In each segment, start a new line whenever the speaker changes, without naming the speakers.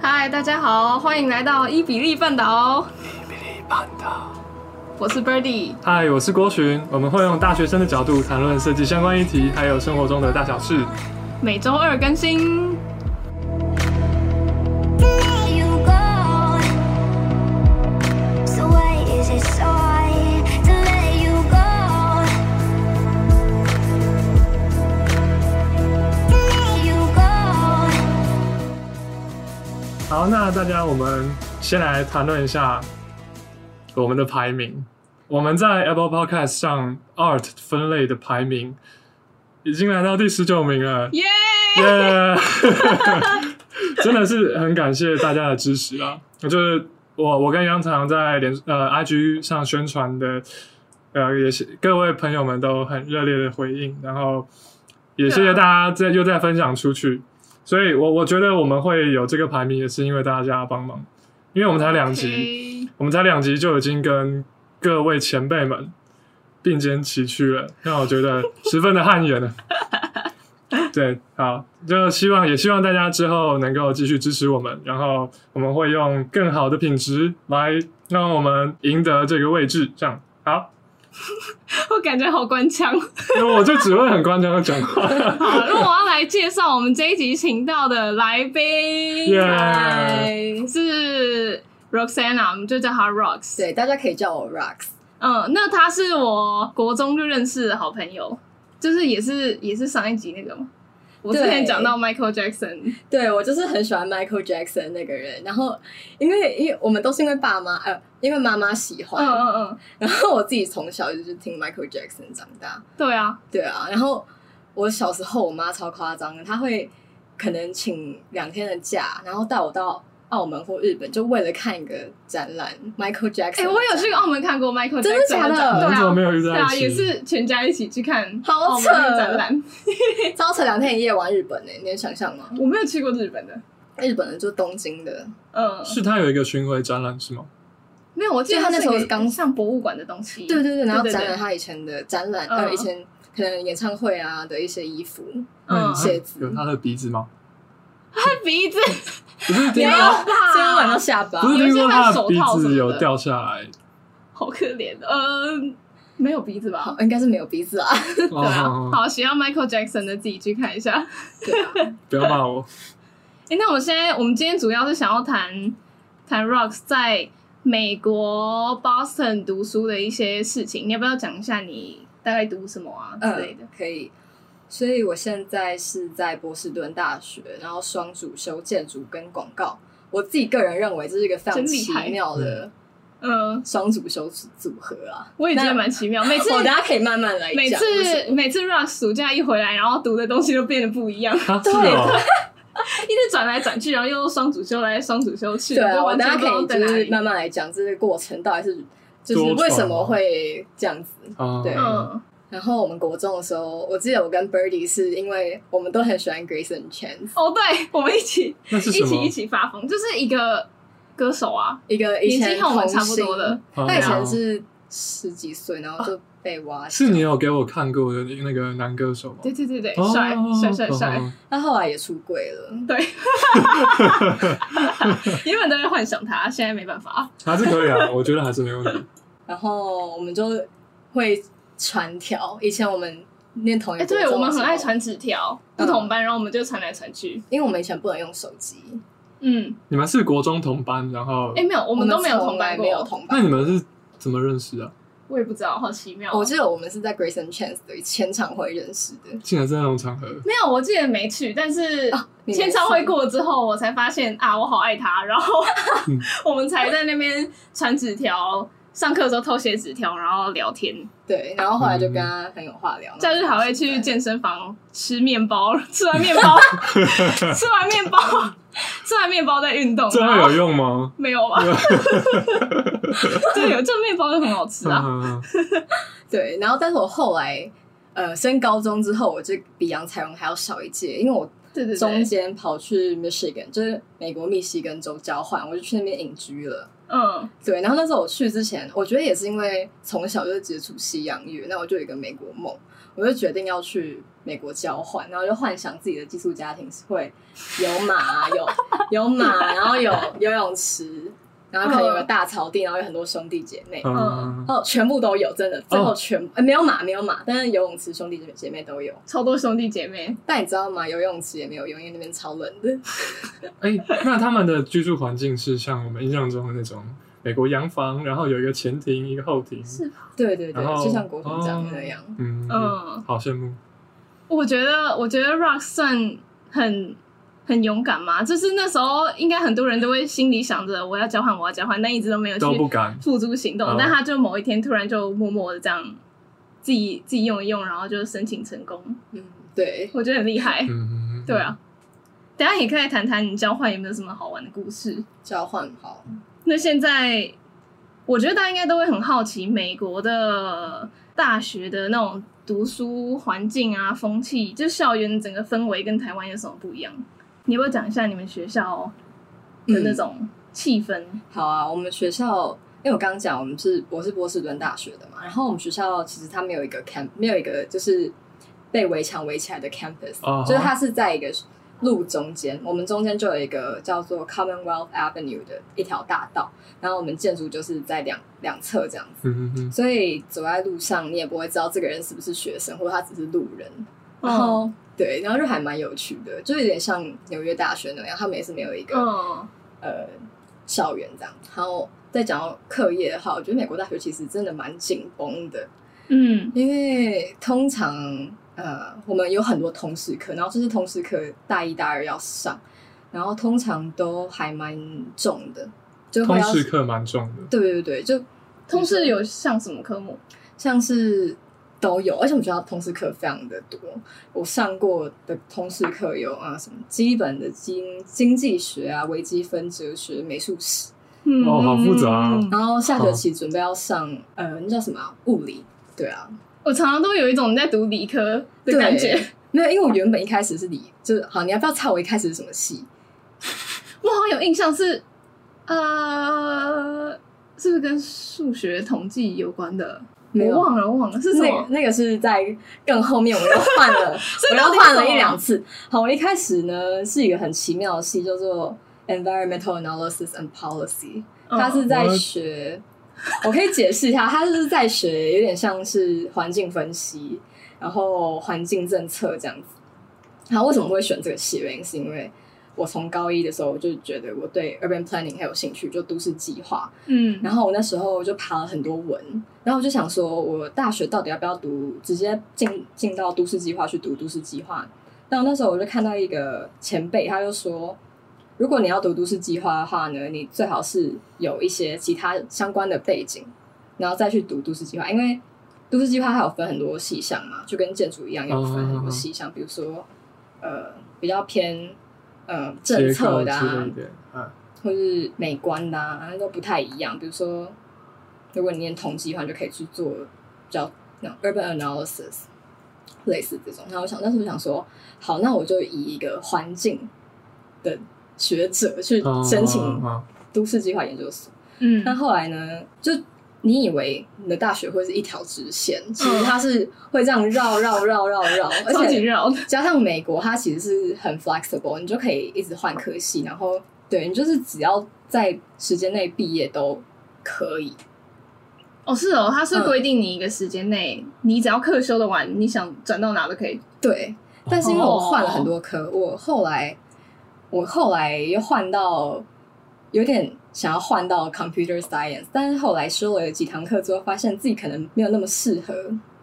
嗨，大家好，欢迎来到伊比利半岛，我是 Birdy。
嗨，我是郭寻，我们会用大学生的角度谈论设计相关议题，还有生活中的大小事。
每周二更新。
好，那大家我们先来谈论一下我们的排名。我们在 Apple Podcast 上 Art 分类的排名已经来到第十九名了，
耶、
耶、 真的是很感谢大家的支持啊！就是我我跟杨常在连呃 IG 上宣传的，呃，也是各位朋友们都很热烈的回应，然后也谢
对
谢
啊
大家在又在分享出去。所以我我觉得我们会有这个排名，也是因为大家帮忙，因为我们才两集。
OK
我们才两集就已经跟各位前辈们并肩齐驱了，让我觉得十分的汗颜了。对，好，就希望也希望大家之后能够继续支持我们，然后我们会用更好的品质来让我们赢得这个位置。这样好，
我感觉好官腔。
因为我就只会很官腔的讲话。
好，那我要来介绍我们这一集请到的来宾
Yeah
嗨是 Roxana，我们就叫她 Rox。
对，大家可以叫我 Rox。
嗯，那她是我国中就认识的好朋友，就是也是也是上一集那个嘛。我之前
对
讲到 Michael Jackson，
对我就是很喜欢 Michael Jackson 那个人，然后因为因为我们都是因为爸妈呃，因为妈妈喜
嗯
欢，
嗯嗯，
然后我自己从小就是听 Michael Jackson 长大，
对啊，
对啊，然后我小时候我妈超夸张的，她会可能请两天的假，然后带我到澳门或日本，就为了看一个展览 Michael Jackson。
哎、我有去，澳门看过 Michael Jackson，
真的假的
展
我们怎么没
对啊，
有遇
对
在一
啊，
起？
也是全家一起去看
好
澳门
扯
的展览。
超扯两天一夜玩日本呢、你能想象吗？
我没有去过日本的，
日本的就东京的，
嗯，
是他有一个巡回展览是吗？
没有，我记得
就他那
它
时候
是一个
刚
上博物馆的东西，
对对对，然后
对对
展览他以前的展览，
嗯
呃，以前可能演唱会啊的一些衣服，
嗯
那你
鞋子
有他的鼻子吗？
看鼻子，
不是
没
听
有
说，
吧
所以我玩到下巴
不。是听
啊有
说
一些他
他
的
的
手
鼻
套什么
子有
的
掉下来，
好可怜，嗯，没有鼻子吧
好？哦应该是没有鼻子啊，
哦
对啊
哦，哦
好，喜欢 Michael Jackson 的自己去看一下。
对啊，
不要骂我。
哎、那我们现在，我们今天主要是想要谈谈 Rocks 在美国 Boston 读书的一些事情。你要不要讲一下你大概读什么啊之类的？
嗯，可以。所以我现在是在波士顿大学，然后双主修建筑跟广告。我自己个人认为这是一个非常
真厉
奇
害
妙的
嗯，
双主修组组合啊，
我也觉得
那
蛮奇妙。每次
我大家可以慢慢来讲。
每
为什
次
么
每次 Rocks 暑假一回来，然后读的东西都变得不一 样，
啊，是哦，
一直转来转去，然后又双主修来双主修去，
对啊，
就
我
完
大家
全不知
可
道
以
在
就
哪
是
里。
慢慢来讲这个过程到底是就是
多
为什
爽
么
哦
会这样子。
啊
对
嗯，
然后我们国中的时候，我记得我跟 Birdy 是因为我们都很喜欢 Grace and Chance，
哦，对， 我们一起
那是
一
什
起
么？
一起发疯，就是一个歌手啊，
一个以
年
前
纪和我们
童
差不多
星
的，
啊
他以前是十几岁，然后就被挖角
是你有哦给我看过的那个男歌手吗？
对对对对，
哦，
帅帅帅帅，
哦，
他后来也出柜了。
对， 原本都在幻想他，现在没办法。
还是可以 啊，我觉得还是没问题。
然后我们就会传条，以前我们念同一
哎、
个国中的
对
时候，
我们很爱传纸条，不同班，然后我们就传来传去。
因为我们以前不能用手机，
嗯，
你们是国中同班，然后
哎、没有，我
我
们都没有
从
同
来
班过，
没有同
那
班。
你们是怎么认识的？
我也不知道，好奇妙。啊
哦我记得我们是在 Grace and Chance 的签唱会认识的。
竟然在那种场合，
没有，我记得没去，但是
啊你没
签唱会
去
过之后，我才发现啊，我好爱他，然后
嗯
我们才在那边传纸条。上课的时候偷写纸条，然后聊天。
对，然后后来就跟他很有话聊。
假日还会去健身房吃面包，吃完面 包，吃完面包，吃完面包再运动。
这
然
样
后
有 用吗？
没有吧？对，有这面包就很好吃啊。
啊，
对，然后但是我后来呃升高中之后，我就比杨彩荣还要小一届，因为我
对对
中
对，
间跑去 Michigan，就是美国密西根州交换，我就去那边隐居了。
嗯，
对，然后那时候我去之前，我觉得也是因为从小就接触西洋乐，那我就有一个美国梦，我就决定要去美国交换，然后就幻想自己的寄宿家庭是会有马、有有马，然后有游泳池，然后可能有个大草地，然后有很多兄弟姐 妹。
嗯，
哦，全部都有，真的，最
哦
后全、呃没有马，没有马，但是游泳池兄弟姐妹都有。
超多兄弟姐妹，
但你知道吗？游泳池也没有用，因为那边超冷的。
哎、那他们的居住环境是像我们印象中的那种美国洋房，然后有一个前庭，一个后庭，
是
对对对
然，后
就像国中讲的那样。
嗯，
嗯
好羡慕，
我觉得，我觉得 Rock 算很很勇敢嘛，就是那时候应该很多人都会心里想着我要交换，我要交换，但一直都没有
都不
去
敢，
付诸行动。
嗯
但他就某一天突然就默默的这样自己自己用一用，然后就申请成功，
嗯，对，
我觉得很厉害。
嗯，
对，啊，等一下也可以谈谈你交换有没有什么好玩的故事。
交换好。
那现在，我觉得大家应该都会很好奇美国的大学的那种读书环境啊、风气，就校园整个氛围跟台湾有什么不一样？你要不要讲一下你们学校的
嗯
那种气氛？
好啊，我们学校，因为我刚刚讲我们是我是波士顿大学的嘛，然后我们学校其实它没有一个 camp，没有一个就是被围墙围起来的 campus，、
哦
就是它是在一个路中间，我们中间就有一个叫做 Commonwealth Avenue 的一条大道，然后我们建筑就是在两两侧这样子，
嗯嗯
所以走在路上你也不会知道这个人是不是学生，或者他只是路人，
嗯
然后、对，然后就还蛮有趣的，就有点像纽约大学那样，他们也是没有一个。
嗯，
呃校园这样。然后再讲到课业的话，我觉得美国大学其实真的蛮紧绷的，
嗯，
因为通常呃我们有很多通识课，然后这些通识课大一大二要上，然后通常都还蛮重的，就
嗯，通
会要
识课蛮重的，
对对对，就
通识有上什么科目？
像是。都有，而且我们学校通识课非常的多。我上过的通识课有啊，什么基本的经经济学啊、微积分、哲学、美术史，
嗯
哦好复杂啊
嗯
然后下学期准备要上、呃，那叫什么啊、物理？对啊，
我常常都有一种你在读理科的感觉。
对。没有，因为我原本一开始是理，就是好，你要不要猜我一开始是什么系？
我好像有印象是，呃，是不是跟数学统计有关的？
没有
我忘了，我忘了是什
那个
么。
那个是在更后面，我又 换了，我
到底
又换
是
了
什么啊
一两次。好，我一开始呢是一个很奇妙的系，叫做 Environmental Analysis and Policy，
嗯
它是在
What？
学，我可以解释一下，它是在学有点像是环境分析，然后环境政策这样子。然后为什么会选这个系？原因是因为我从高一的时候我就觉得我对 urban planning 很有兴趣，就都市计划。
嗯，
然后我那时候就爬了很多文，然后我就想说，我大学到底要不要读，直接进进到都市计划去读都市计划？然后那时候我就看到一个前辈，他就说，如果你要读都市计划的话呢，你最好是有一些其他相关的背景，然后再去读都市计划，因为都市计划它有分很多细项嘛，就跟建筑一样有分很多细项，比如说呃比较偏呃政
结
策
构
的
之
啊
类，的，啊，
或是美观的、啊，那都不太一样。比如说，如果你念统计的话，你就可以去做叫那种 urban analysis，类似这种。那我想，那时候想说，好，那我就以一个环境的学者去
哦
嗯
申请
嗯嗯
都市计划研究所。
嗯
那后来呢，就你以为你的大学会是一条直线，其实它是会这样绕绕绕绕绕，而
超级
且
绕的。
加上美国，它其实是很 flexible，你就可以一直换科系，然后对你就是只要在时间内毕业都可以。
哦，是哦，它是规定你一个时间内，你只要课修的完，你想转到哪都可以。
对，但是因为我换了很多科，我后来我后来又换到有点想要换到 computer science，但是后来修了几堂课之后，发现自己可能没有那么适合，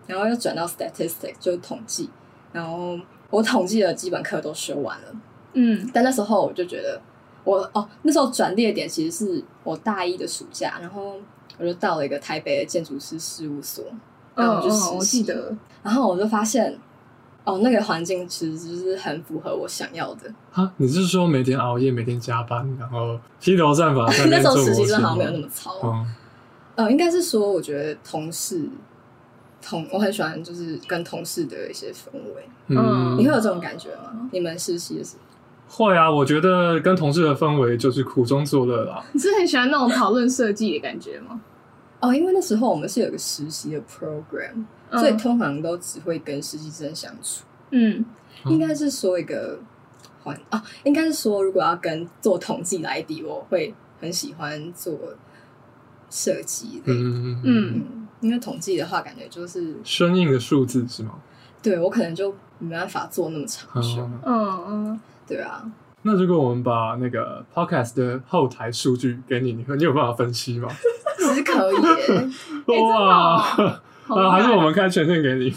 然后又转到 statistic 就是统计，然后我统计的基本课都修完了。
嗯
但那时候我就觉得我，哦，那时候转捩点其实是我大一的暑假，然后我就到了一个台北的建筑师事务所，然后
嗯
我就实习、
嗯，我记 得，
然后我就发现，哦，那个环境其实就是很符合我想要的。
啊，你是说每天熬夜，每天加班，然后披头散发在
那
边
时候
做
实习
模
生
型
好像没有那
吗
么操，
嗯
呃，应该是说我觉得同事。同我很喜欢，就是跟同事的一些氛围，
嗯
嗯，
你会有这种感觉吗？你们实习的时候，
会啊，我觉得跟同事的氛围就是苦中作乐啦。
你是很喜欢那种讨论设计的感觉吗？
哦，因为那时候我们是有个实习的 program，、
嗯
所以通常都只会跟实习生相处。
嗯
嗯
应该是说一个环啊，应该是说如果要跟做统计来比，我会很喜欢做设计类。
嗯嗯嗯，
嗯
嗯，因为统计的话，感觉就是
生硬的数字是吗？
对我可能就没办法做那么长久，
哦
嗯嗯，
对啊，
那如果我们把那个 podcast 的后台数据给你，你会你有办法分析 吗？
其实可以耶
真的哦好厉
啊，
害
还是我们开权限给 你，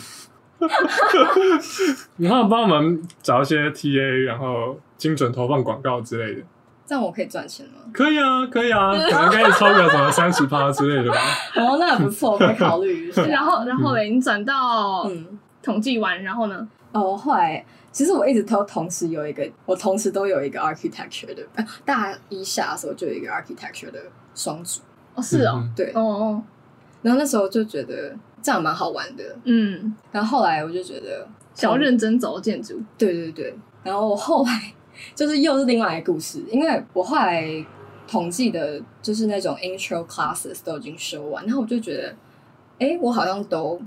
然后帮我们找一些 TA，然后精准投放广告之类的，
这样我可以赚钱吗？
可以啊，可 以啊，可能给你抽个什么三十趴之类的吧。
哦，那很不错，我可以考虑一下。
然后然后嘞，你转到
嗯，
统计完，然后呢？
哦，后来其实我一直都同时有一个，我同时都有一个 architecture 的，呃大一下的时候就有一个 architecture 的双组，
哦，是哦，
嗯，
对，
哦哦，
然后那时候就觉得这样蛮好玩的，
嗯，
然后后来我就觉得，
想要认真走建筑，
对对对，然后我后来 就是又是另外一个故事，因为我后来统计的就是那种 intro classes 都已经修完，然后我就觉得，哎，我好像都。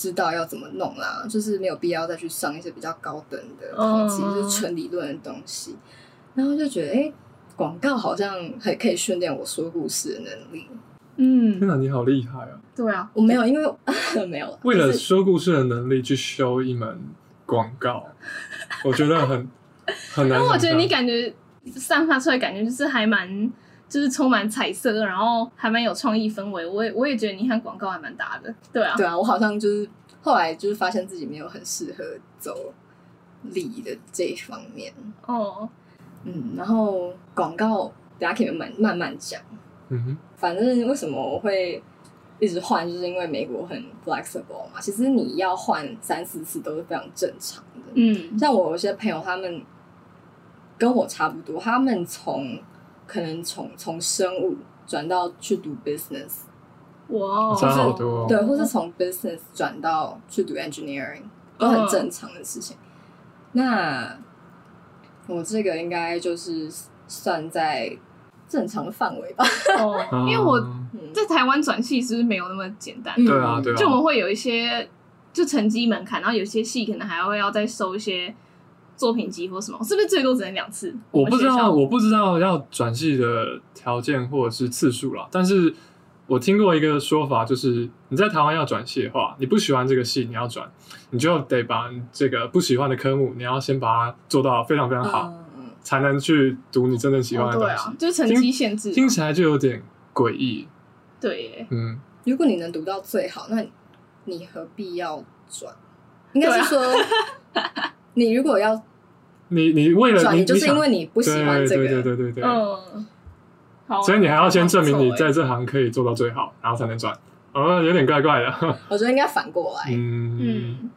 知道要怎么弄啦、就是没有必要再去上一些比较高等的统计
嗯
就是纯理论的东西。然后就觉得，哎、广告好像还可以训练我说故事的能力。
嗯
天，哪，你好厉害啊！
对啊，
我没有，因为 我没有啦
为了
就是
说故事的能力去修一门广告， 我觉得很很难想象。
但我觉得你感觉散发出来感觉就是还蛮，就是充满彩色，然后还蛮有创意氛围。我也我也觉得你和广告还蛮搭的，对啊，
对啊，我好像就是后来就是发现自己没有很适合走理的这一方面。
哦，
嗯，然后广告大家可以慢慢慢讲。
嗯哼，
反正为什么我会一直换，就是因为美国很 flexible 嘛。其实你要换三四次都是非常正常的。
嗯
像我有些朋友，他们跟我差不多，他们从可能从从生物转到去读 business，
哇，
差好多哦
对，或是从 business 转到去读 engineering，都
嗯
很正常的事情。那我这个应该就是算在正常的范围吧。
哦，因为我
啊
嗯
在台湾转系是不是没有那么简单？
对啊对啊
就我们会有一些就成绩门槛，然后有些系可能还会要再收一些作品集或什么，是不是最多只能两次？
我不知
们学
道，
校
我不知道要转系的条件或者是次数啦。但是我听过一个说法，就是你在台湾要转系的话，你不喜欢这个系，你要转，你就得把你这个不喜欢的科目，你要先把它做到非常非常好，
嗯嗯
才能去读你真正喜欢
哦
的
对
东西。
啊，就是成绩限制，
听起来就有点诡异，
对耶，
嗯，
如果你能读到最好，那你何必要转？应
啊
该是说， 你如果要
你你为了
转，
你
你就是
你想
因为你不喜欢这
对对对
个，
对对对，
嗯，好啊，
所以你还要先证明你
不错欸
在这行可以做到最好，然后才能转。哦，有点怪怪的，
我觉得应该反过来。
嗯，
嗯，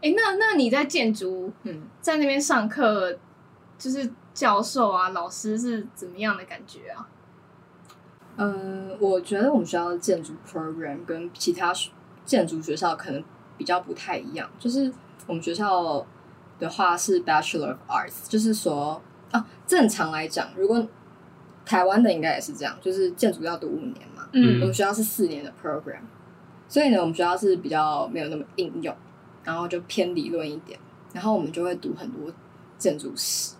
哎，那那你在建筑
嗯，
在那边上课，就是教授啊、老师是怎么样的感觉啊？
呃，我觉得我们学校的建筑 program 跟其他学建筑学校可能比较不太一样，就是我们学校的话是 Bachelor of Arts，就是说啊，正常来讲，如果台湾的应该也是这样，就是建筑要读五年嘛，我
嗯
们学校是四年的 program，所以呢，我们学校是比较没有那么应用，然后就偏理论一点，然后我们就会读很多建筑史，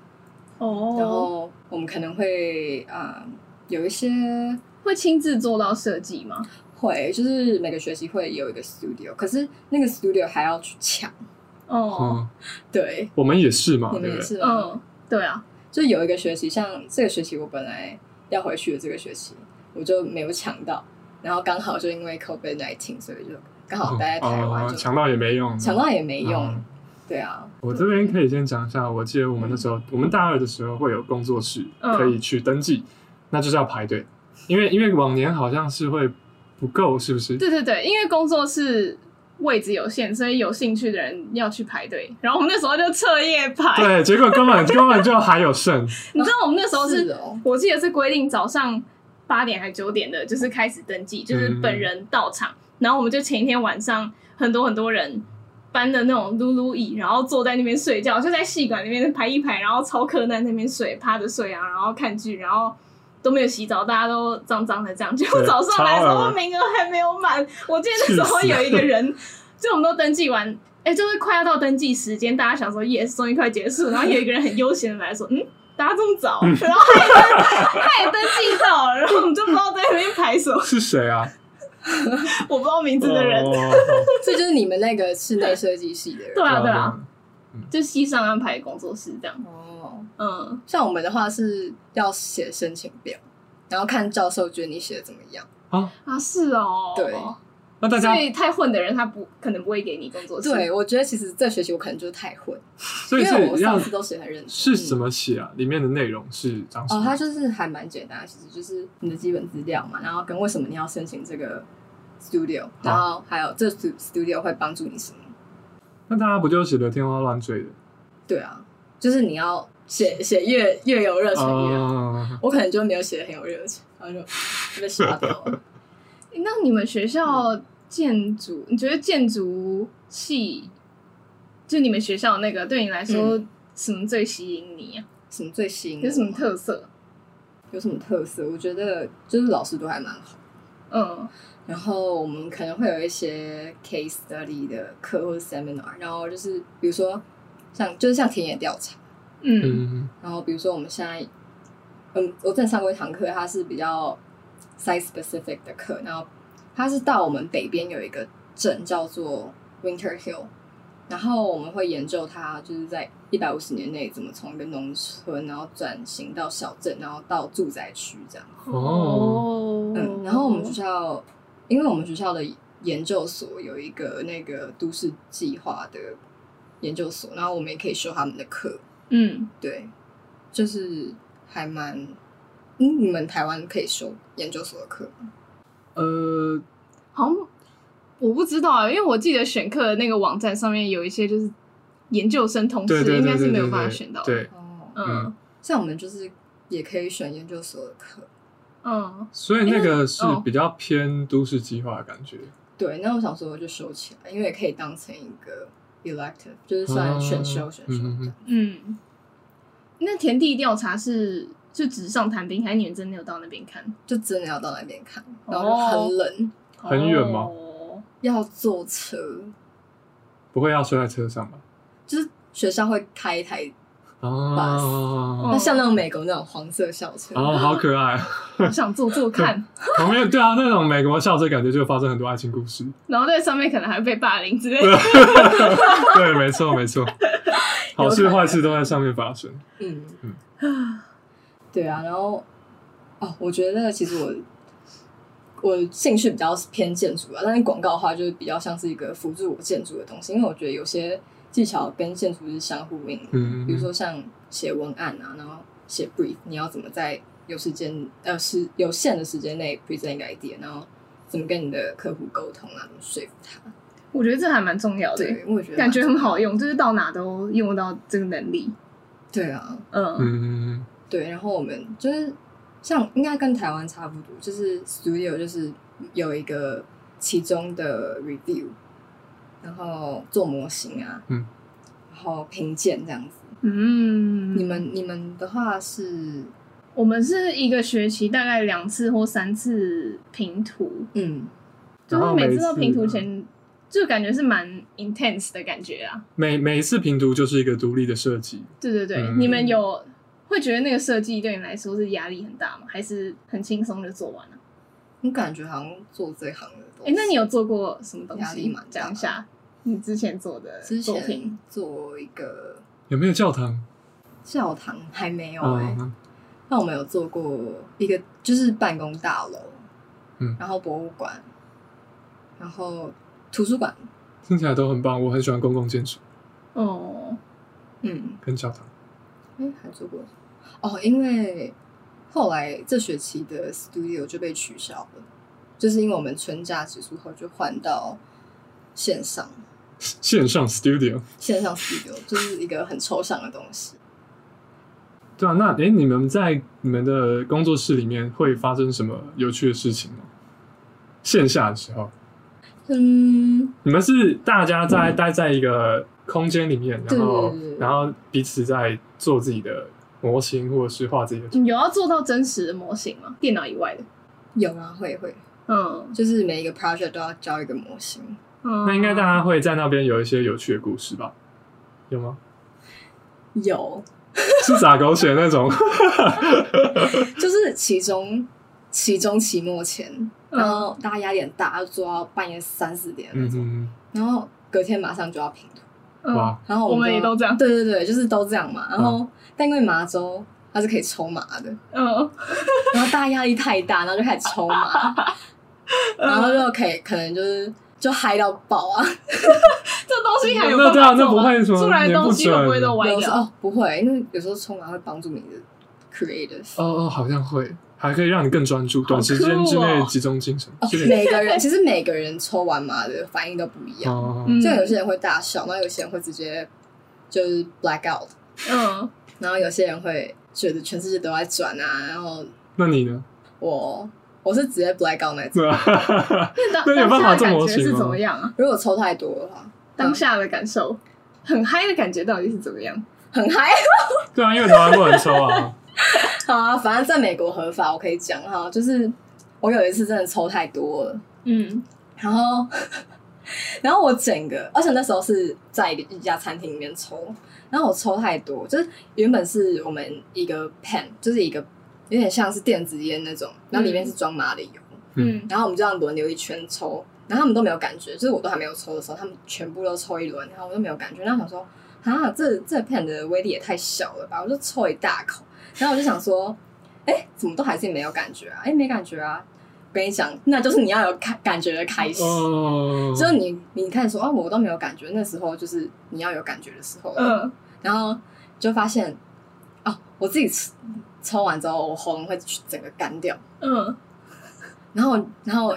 然
哦，
后我们可能会啊、有一些
会亲自做到设计吗？
会，就是每个学期会有一个 studio，可是那个 studio 还要去抢，
哦，
嗯，
对，
我们也是嘛，
你
对不
们也
哦对？
是吗？
嗯，对啊，
就有一个学期，像这个学期我本来要回去的这个学期，我就没有抢到，然后刚好就因为 COVID nineteen，所以就刚好待在台湾，
哦
就
抢到也没用，
抢到也没用，
嗯
对啊，
我这边可以先讲一下，我记得我们那时
嗯
候，我们大二的时候会有工作室
嗯
可以去登记，那就是要排队，因为因为往年好像是会不够，是不是？
对对对，因为工作室位置有限，所以有兴趣的人要去排队。然后我们那时候就彻夜排，
对，结果根本根本就还有剩，
你知道我们那时候是，
哦，
我记得是规定早上八点还九点的，就是开始登记，
嗯
就是本人到场。然后我们就前一天晚上很多很多人搬的那种噜噜椅，然后坐在那边睡觉，就在戏馆那边排一排，然后超客难那边睡，趴着睡啊，然后看剧，然后。都没有洗澡，大家都脏脏的，这样。结果
对
早上来的时
超
候
恶
名额还没有满，我记得那时候
气死
有一个人，就我们都登记完，哎、就是快要到登记时间，大家想说 yes，终于快结束，然后有一个人很悠闲的来说，嗯，大家这么早，然后他也登他也登记到 了，然后我们就不知道在那边排什么，
是谁啊？
我不知道名字的人，
哦
这就是你们那个室内设计系的人。
对啊对啊，，
哦
就系上安排工作室这样，
哦，
嗯，
像我们的话是要写申请表，然后看教授觉得你写的怎么样。
啊是哦，
对
那大家
所，以太混的人他不可能不会给你工作室，
对，我觉得其实这学期我可能就是太混，
哦 所
因
以
为我
是
上
要
次都写很认真。
是
嗯
怎么写啊？里面的内容是长什
哦，它
么？
就是还蛮简单的，其实就是你的基本资料嘛，然后跟为什么你要申请这个 studio，然
啊
后还有这 stu- studio 会帮助你什么？
那大家不就写的天花乱坠的？
对啊，就是你要写写越越有热情越好。
啊，
我可能就没有写的很有热情，然后就被刷掉 了。
那你们学校建筑，你觉得建筑系，就你们学校那个，对你来说、
嗯
什么最吸引你啊？
什么最吸引我？
有什么特色？
有什么特色？我觉得就是老师都还蛮好。
嗯，
然后我们可能会有一些 case study 的课或者 seminar，然后就是比如说像就是像田野调查，
嗯
嗯，
然后比如说我们现在，嗯，我之前上过一堂课，它是比较 site specific 的课，然后它是到我们北边有一个镇叫做 Winter Hill，然后我们会研究它就是在一百五十年内怎么从一个农村，然后转型到小镇，然后到住宅区这样。
哦
嗯，然后我们学校，因为我们学校的研究所有一个那个都市计划的研究所，然后我们也可以修他们的课，
嗯，
对，就是还蛮，嗯，你们台湾可以修研究所的课吗？
呃，
好像我不知道啊，因为我记得选课的那个网站上面有一些就是研究生同
对
事
对
应
对
该是
对
没
对
有办法
对
选到的，
对，
哦，
嗯
像我们就是也可以选研究所的课，
嗯，
所以那个是
哦
比较偏都市计划的感觉。
对，那我想说我就修起来，因为也可以当成一个 elective，就是算选修
啊
选修这
嗯嗯
样。
嗯
嗯，那田地调查是就纸上谈兵，还是你们真的有到那边看？
就真的要到那边看，然后就很冷，
很远吗
哦
要坐车，
不会要睡在车上吧？
就是学校会开一台，
哦，
嗯
那像那种美国那种黄色校车，
哦，好可爱！
我想做做 看，
旁边对啊，那种美国校车感觉就发生很多爱情故事。
然后在上面可能还被霸凌之类 的。
对，没错，没错，好事坏事都在上面发生。
嗯
嗯
对啊，然后哦，我觉得其实我我兴趣比较偏建筑啊，但是广告的话就是比较像是一个辅助我建筑的东西，因为我觉得有些技巧跟建筑是相呼应的，
嗯，
比如说像写文案啊，然后写 brief，你要怎么在有时间呃时有限的时间内 present 一个 idea，然后怎么跟你的客户沟通啊，怎么说服他，
我觉得这还蛮重要的，
对，我也觉得
感觉
蛮
很好用，就是到哪都用得到这个能力。
对啊，
嗯
嗯，
对，然后我们就是像应该跟台湾差不多，就是 studio 就是有一个其中的 review，然后做模型啊，
嗯，
然后评鉴这样子。
嗯，
你们你们的话是，
我们是一个学期大概两次或三次拼图，
嗯，
就
然
是
后
每次到
次
拼图前，就感觉是蛮 intense 的感觉啊。
每每一次拼图就是一个独立的设计，
对对对，
嗯
你们有会觉得那个设计对你来说是压力很大吗？还是很轻松就做完了？
我感觉好像做这行的东
哎、
西。
那你有做过什么东西？
压力蛮大的
讲一下你之前做的
之
作品
前做一个
有没有教堂？
教堂还没有哎、
啊，
那我们有做过一个就是办公大楼，
嗯
然后博物馆，然后图书馆，
听起来都很棒，我很喜欢公共建筑
哦，
嗯，
跟教堂。
哎，还做过哦，因为后来这学期的 studio 就被取消了，就是因为我们春假结束后就换到线上，
线上 studio，
线上 studio 就是一个很抽象的东西。
对啊，那诶，你们在你们的工作室里面会发生什么有趣的事情吗？线下的时候，
嗯，
你们是大家在待在一个空间里面，然后
对对对对
然后彼此在做自己的模型或者是画自己的图。
你有要做到真实的模型吗？电脑以外的？
有啊，会会，
嗯，
就是每一个 project 都要交一个模型，
嗯
那应该大家会在那边有一些有趣的故事吧？有吗？
有，
是撒狗血那 种？
就是期中、期中、期末前，然后大家压力很大，要做到半夜三四点那
嗯
种，
嗯，
然后隔天马上就要评图，
嗯哇，
然后
我们
就
也都这样
对对对，就是都这样嘛。然后，但因为麻州它是可以抽麻的，
嗯，
然后大家压力太大，然后就开始抽 麻，然后就可以可能就是就嗨到爆啊。
这东西还有
那对啊
办法做吗
那不会什么
出来的东西
也不准
会不会都 歪
有时候
掉？
哦不会，因为有时候抽麻会帮助你的 creative。
哦哦，好像会，还可以让你更专注，短时间之内集中精神
哦
之，类
每个人其实每个人抽完麻的反应都不一
的。
样，
哦，
嗯
就有些人会大笑，然后有些人会直接就是 black out，
嗯，
然后有些人会觉得全世界都在转啊，然后
那你呢？
我我是直接 black out 那种，
对啊，
那当
那有办法
当下的
做模
感觉
型
是
吗嗯
怎么样啊？
如果抽太多的话，
当下的感受，很嗨的感觉到底是怎么样？
很嗨
对啊，因为台湾不能抽啊。
好啊，反正在美国合法，我可以讲哈，就是我有一次真的抽太多了，
嗯，
然后 然后我整个，而且那时候是在一家餐厅里面抽，然后我抽太多，就是原本是我们一个 pan，就是一个有点像是电子烟那种，然后里面是装麻的油，
嗯
嗯，
然后我们就这样轮流一圈抽，然后他们都没有感觉，就是我都还没有抽的时候，他们全部都抽一轮，然后我都没有感觉，然后想说啊，这这片的威力也太小了吧，我就抽一大口，然后我就想说，哎，怎么都还是没有感觉啊，哎，没感觉啊，我跟你讲，那就是你要有感感觉的开 始。
哦，
就是你，你看说啊，我都没有感觉，那时候就是你要有感觉的时候了。
嗯，
然后就发现，哦，我自己抽抽完之后，我喉咙会整个干掉。
嗯，
然后，然后，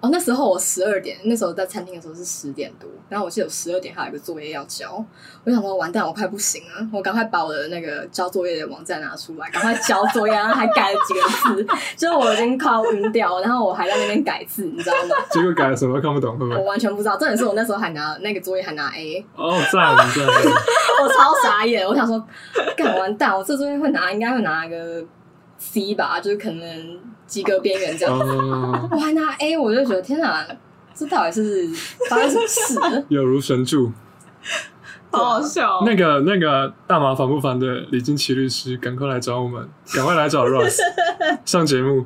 哦，那时候我十二点，那时候在餐厅的时候是十点多，然后我记得我十二点还有一个作业要交，我想说完蛋，我快不行了，我赶快把我的那个交作业的网站拿出来，赶快交作业，然后还改了几个字，就是我已经快要晕掉，然后我还在那边改字，你知道吗？
结果改了什么都看不懂，会不
我
会？
完全不知道，重点是我那时候还拿那个作业还拿 A，
哦，赞赞，
我超傻眼，我想说，干完蛋，我这作业会拿，应该会拿个 C 吧，就是可能及格边缘这样。
哦，
我还拿 A，我就觉得天哪，这到底是发生什么事？
有如神助。
好好笑哦。
那个那个大麻烦不烦的李金奇律师，赶快来找我们，赶快来找 Russ 上节目。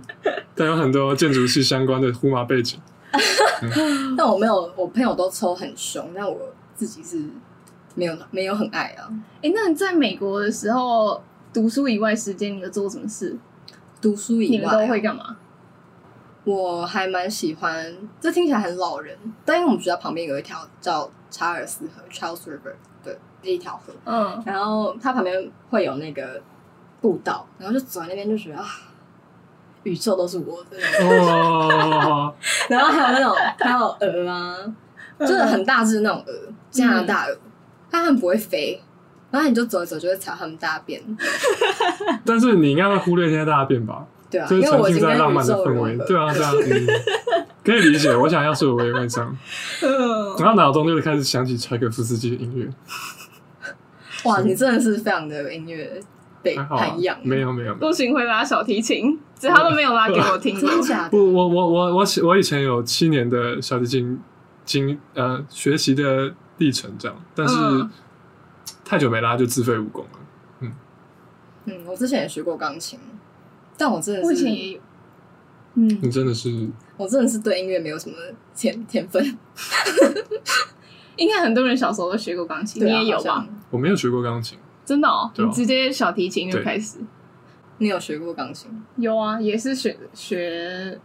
他有很多建筑系相关的呼麻背景，
但我没有，我朋友都抽很凶，但我自己是没有没有很爱啊。
哎，那你在美国的时候读书以外时间，你有做什么事？
读书
你
以
们
外啊，
都会干嘛？
我还蛮喜欢，这听起来很老人，但因为我们学校旁边有一条叫查尔斯河 （Charles River） 的一条河，
嗯
然后它旁边会有那个步道，然后就走在那边就觉得啊，宇宙都是我的。
哦，
然后还有 那种还有鹅
嗯
啊，就是很大只的那种鹅，加拿大鹅，但它们不会飞，然后你就走一走就会踩到它们大便，
但是你应该会忽略那些大变吧？
对啊，
就
因
是
为
沉
我已
浸
经
在
跟
浪
宇
漫的
宙
氛
融
围，
合，
对啊，对啊，嗯，可以理解。我想要是我，我也会这 样。
嗯，
然后脑中就开始想起柴可夫斯基的音乐，
哇，你真的是非常的有音乐被
还好啊
涵养，，
没有没有没有。
陆巡会拉小提琴，只是他们没有拉
啊
给我听过。
真的假的？
不，我我我我我以前有七年的小提琴经呃学习的历程这样，但是、
嗯
太久没拉就自废武功了。
嗯，我之前也学过钢琴，但我真的
我以
是
前，也有，嗯，
你真的是
我真的是对音乐没有什么天天分，
应该很多人小时候都学过钢琴，
对
你
啊
也有？
好
吧？
像
我没有学过钢琴，
真的哦，
对啊
你直接小提琴就
对
开始。
你有学过钢琴？
有啊，也是学学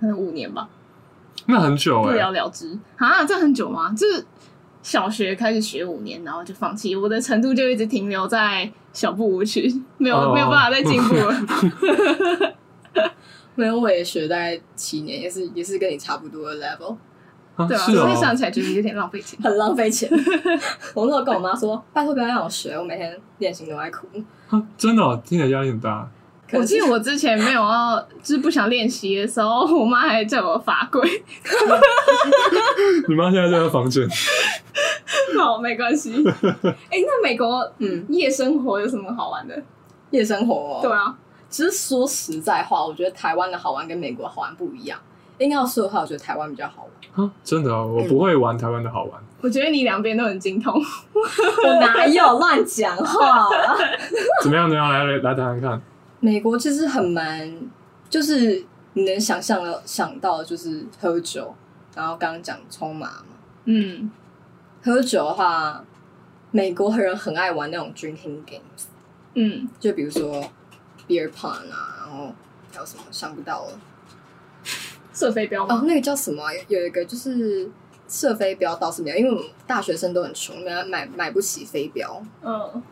可能五年吧，
那很久
不
哎、
了了之啊，这很久吗？就是小学开始学五年，然后就放弃，我的程度就一直停留在小步舞曲，没有、
哦
没有办法再进步 了。
没有，我也学大概七年，也是也是跟你差不多的 level。
啊
对啊，
是
所以
哦
想，起来觉得有点浪费钱。
很浪费钱。我那时候跟我妈说，拜托不要让我学，我每天练习都在哭。
啊真的、哦，听起来压力很大。
可
我
是
记得我之前没有要，就是不想练习的时候，我妈还叫我罚跪。
你妈现在在她房间，
好，没关 系。哎、那美国
嗯，
夜生活有什么好玩的？
夜生活、哦，
对，啊，
其实说实在话，我觉得台湾的好玩跟美国好玩不一样，硬要说的话，我觉得台湾比较好玩。
啊，真的哦，我不会玩台湾的好玩。
我觉得你两边都很精通。
我哪有 乱讲话？啊
怎么样？怎么样？来来来，谈谈看。
美国其实很蛮，就是你能想象的想到的就是喝酒，然后刚刚讲冲麻嘛。
嗯，
喝酒的话，美国人很爱玩那种 drinking games，
嗯，
就比如说 beer pong 啊，然后还有什么想不到了。
射飞镖
哦
吗？，
那个叫什么啊、有有一个就是射飞镖倒是没有，因为我们大学生都很穷，没有买买不起飞镖。哦
嗯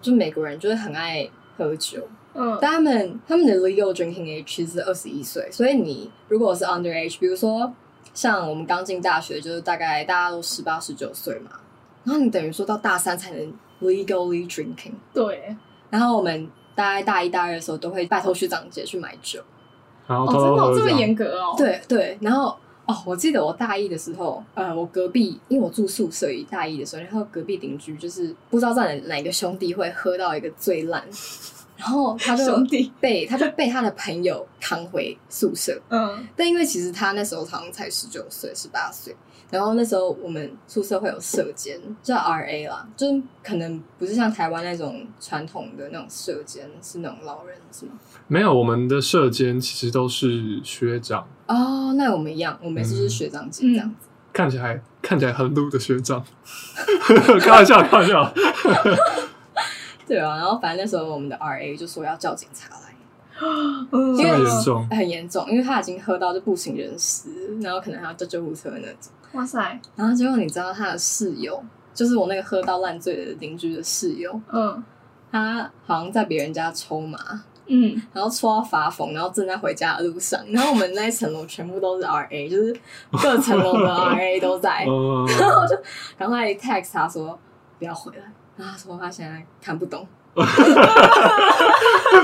就美国人就是很爱喝酒，
嗯
但他们他们的 legal drinking age 其实是二十一岁，所以你如果是 under age，比如说像我们刚进大学，就是大概大家都十八十九岁嘛，然后你等于说到大三才能 legally drinking，
对，
然后我们大概大一大二的时候都会拜托学长姐去买酒，
然后
哦，
偷
真
偷
的
喝
哦这
酒
么严格哦？，
对对，然后哦，我记得我大一的时候，呃，我隔壁因为我住宿舍，大一的时候，然后隔壁邻居就是不知道在哪哪个兄弟会喝到一个醉烂，然后他就
兄弟
被他就被他的朋友扛回宿舍，
嗯
但因为其实他那时候好像才十九岁、十八岁，然后那时候我们宿舍会有舍监，叫 R A 啦，就是可能不是像台湾那种传统的那种舍监，是那种老人是吗？
没有，我们的社监其实都是学长，
哦，那我们一样，我们也是就是
嗯
学长姐这样子。
看起来看起来很鲁的学长。 开玩笑，开玩笑。
对啊，然后反正那时候我们的 R A 就说要叫警察来，
嗯，
这
因
么
为
严重，
很严重，因为他已经喝到就不省人事，然后可能还要叫救护车那种。
哇塞，
然后结果你知道他的室友，就是我那个喝到烂醉的邻居的室友，
嗯
他好像在别人家抽麻，
嗯，
然后抽到发疯，然后正在回家的路上，然后我们那一层楼全部都是 R A，就是各层楼的 R A 都 在，
嗯，
赶快 text 他说不要回来，然后他说他现在看不懂。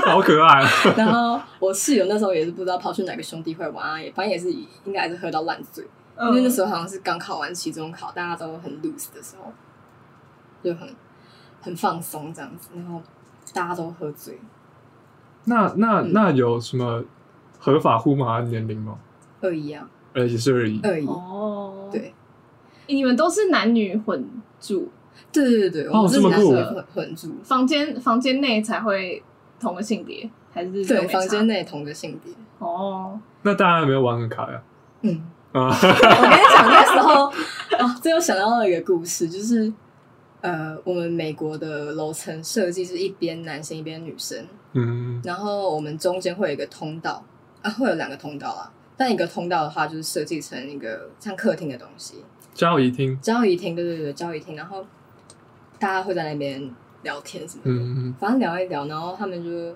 好可爱啊。
然后我室友那时候也是不知道跑去哪个兄弟会玩啊，也反正也是应该也是喝到烂醉，因
嗯
为那时候好像是刚考完期中考，大家都很 loose 的时候，就很很放松这样子，然后大家都喝醉，
那那
嗯
那有什么合法呼麻的年龄吗？
二一啊，
呃，也是而已。
嗯
二一，
哦，
嗯对，
你们都是男女混住，
对对对，
哦
我们
这么
男
酷
生混混住，
房间房间内才会同个性别，还是都
对，
没
房
差
间内同个性别，
哦，
那大家有没有玩很卡呀？
嗯。
啊，
我跟你讲，那时候啊，这又想到了一个故事，就是呃，我们美国的楼层设计是一边男生一边女生，
嗯，
然后我们中间会有一个通道啊，会有两个通道啊。但一个通道的话，就是设计成一个像客厅的东西，
交易厅，
交易厅，对对对，交易厅。然后大家会在那边聊天什么的，
嗯，
反正聊一聊，然后他们就，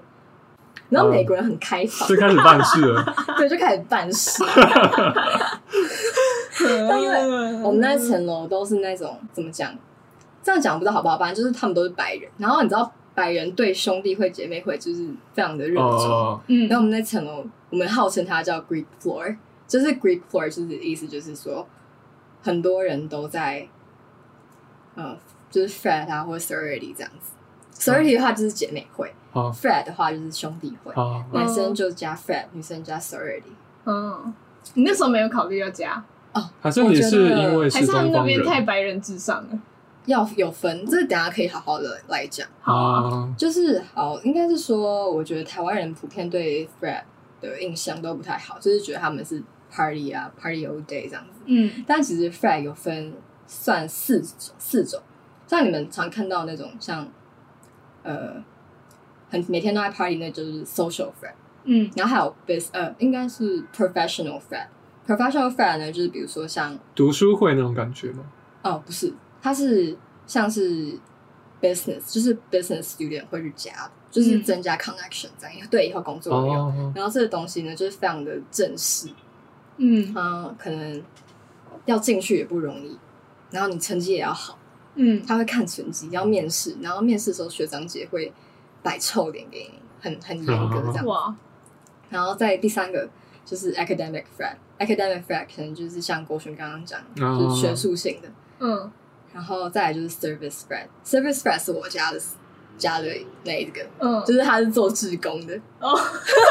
然后美国人很开放，
最开始办事 了。哦
对，就开始办 事。
但
因我们那层楼都是那种怎么讲？这样讲不知道好不好，反正就是他们都是白人。然后你知道白人对兄弟会、姐妹会就是非常的热
哦
衷。
哦，
嗯
然后我们那层楼，我们号称它叫 Greek floor，就是 Greek floor，就是意思就是说，很多人都在，呃，就是 frat 啊或者 sorority 这样子。sorority 的话就是姐妹会、
哦
f r a t 的话就是兄弟会，
哦
男生就加 frat，女生加 sorority。
嗯，你那时候没有考虑要加，
好像也是因为
还是他
东
们那
方
边太
人
白人至上了？
要有分，这等一下可以好好的来讲。
好啊，
啊，
就是好，应该是说，我觉得台湾人普遍对 frat 的印象都不太好，就是觉得他们是 party 啊，party all day 这样子。
嗯
但其实 frat 有分算四种，四种，像你们常看到那种像呃，很每天都在 party，那就是 social frat。
嗯
然后还有 bus 呃，应该是 professional frat。professional frat 呢，就是比如说像
读书会那种感觉吗？
哦，不是，它是像是 business，就是 business student 会去加，就是增加 connection 这样，对以后工作有用。
哦，
然后这个东西呢，就是非常的正式，
嗯
嗯，可能要进去也不容易，然后你成绩也要好，
嗯，
他会看成绩，要面试，然后面试的时候学长姐会摆臭脸给你，很很严格这样。
哇，
然后在第三个就是 academic frat。academic frat 可能就是像郭勋刚刚讲的，
哦
就是学术性的，
嗯
然后再来就是 service spread，service spread 是我家的家的那一个，
嗯，
就是他是做志工的。
哦，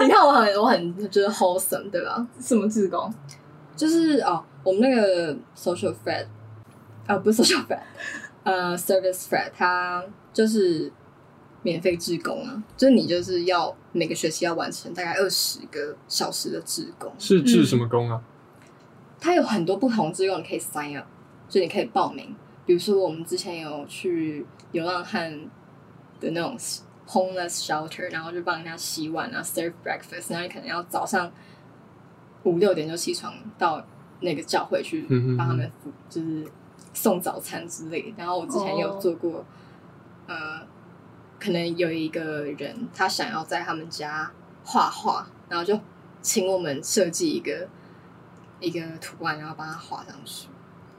你看我很我很就是 wholesome 对吧？
什么志工？
就是哦，我们那个 social thread，啊、不是 social thread，呃，service thread，它就是免费志工啊，就是你就是要每个学期要完成大概二十个小时的志工，
是
嗯
治什么工啊？
它有很多不同志工，你可以 sign up，就你可以报名。比如说我们之前有去流浪汉的那种 homeless shelter，然后就帮人家洗碗啊，serve breakfast，然后你可能要早上五六点就起床到那个教会去
嗯嗯嗯
帮他们服，就是送早餐之类的。然后我之前也有做过呃，可能有一个人他想要在他们家画画，然后就请我们设计一个一个图案，然后帮他画上去。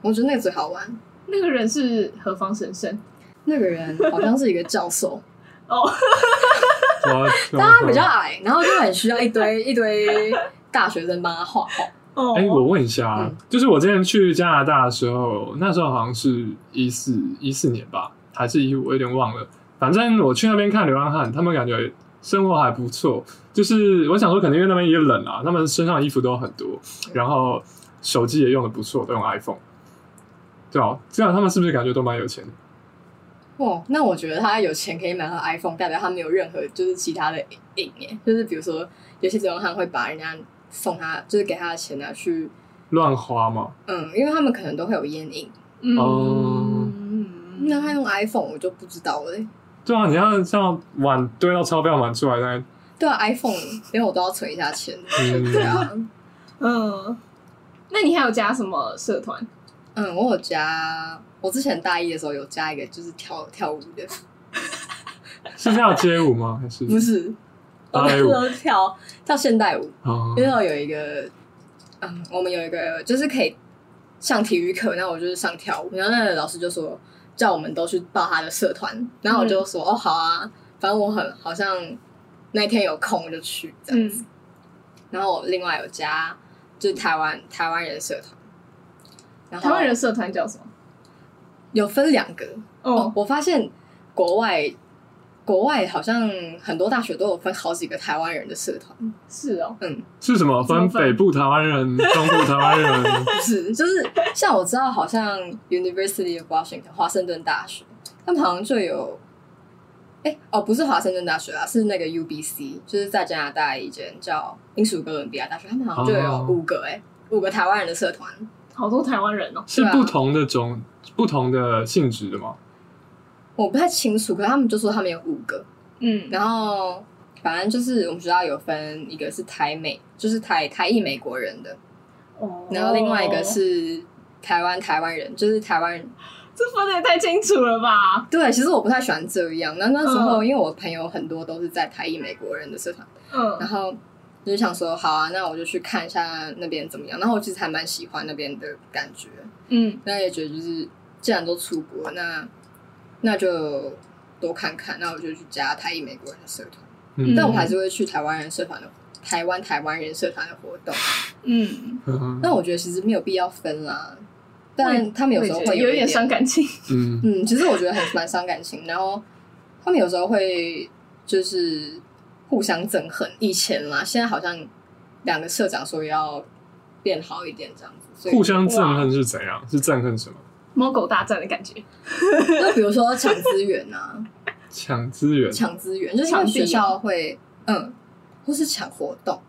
我觉得那个最好玩。
那个人是何方神圣？
那个人好像是一个教 授，
哦，
我
但他比较矮，然后就很需要一堆一堆大学生帮他画画。
哦
哎、我问一下、啊
嗯
就是我之前去加拿大的时候，那时候好像是一四一四年吧，还是一五，我有点忘了。反正我去那边看流浪汉，他们感觉生活还不错。就是我想说，可能因为那边也冷啊，他们身上的衣服都很多，然后手机也用的不错，都用 iPhone。对啊，这样他们是不是感觉都蛮有钱的？
哇，哦那我觉得他有钱可以买到 iPhone，代表他没有任何就是其他的瘾耶。就是比如说，有些流浪汉会把人家送他，就是给他的钱拿去，
乱花嘛？
嗯，因为他们可能都会有烟瘾。
哦
嗯，
那他用 iPhone 我就不知道了欸耶。
对啊，你要这样碗堆到钞票碗出来，那
对啊，iPhone 连我都要存一下钱。
嗯
对啊，
嗯，那你还有加什么社团？
嗯，我有加，我之前大一的时候有加一个就是跳跳舞的，
是要街舞吗？还是
不是，我
芭
那
蕾
时
舞
候跳跳现代舞，
啊？
那时候有一个，嗯，我们有一个就是可以上体育课，然后我就是上跳舞，然后那个老师就说叫我们都去报他的社团，然后我就说、哦好啊，反正我很好像那天有空就去这样，
嗯，
然后我另外有加就是台湾台湾人社团，然后
台湾人社团叫什么？
有分两个，哦，
哦，
我发现国外国外好像很多大学都有分好几个台湾人的社团，
是哦，
嗯，
是什么
怎么
分
分
北部台湾人、中部台湾 人？
不 是，就是像我知道，好像 University of Washington 华盛顿大学，他们好像就有，哎、哦，不是华盛顿大学啊，是那个 UBC，就是在加拿大一间叫英属哥伦比亚大学，他们好像就有
哦
五个、哎、五个台湾人的社团，
好多台湾人哦，
是
对啊
不同的种、不同的性质的吗？
我不太清楚，可是他们就说他们有五个，
嗯，
然后反正就是我们学校有分一个是台美，就是台台裔美国人的，
哦
然后另外一个，是台湾台湾人，就是台湾人。
这分的也太清楚了吧？
对，其实我不太喜欢这样。那那时候，
嗯
因为我朋友很多都是在台裔美国人的社团，然
嗯
后我就想说，好啊，那我就去看一下那边怎么样。然后我其实还蛮喜欢那边的感觉，
嗯
那也觉得就是既然都出国，那那就多看看。那我就去加台裔美国人的社团。
嗯，
但我还是会去台湾人社团的台湾台湾人社团的活动。
嗯，
嗯
那我觉得其实没有必要分啦，
我也
但他们有时候
我也觉
会
得有
一
点伤。感情，
嗯，
嗯，其实我觉得很蛮伤感情。然后他们有时候会就是互相憎恨。以前啦，现在好像两个社长说要变好一点这样子，所以
互相憎恨是怎样？是憎恨什么？
猫狗大战的感觉。
就比如说抢资源啊，
抢资 源？
抢资源，就是因为
抢地
学校会嗯，或是抢活动，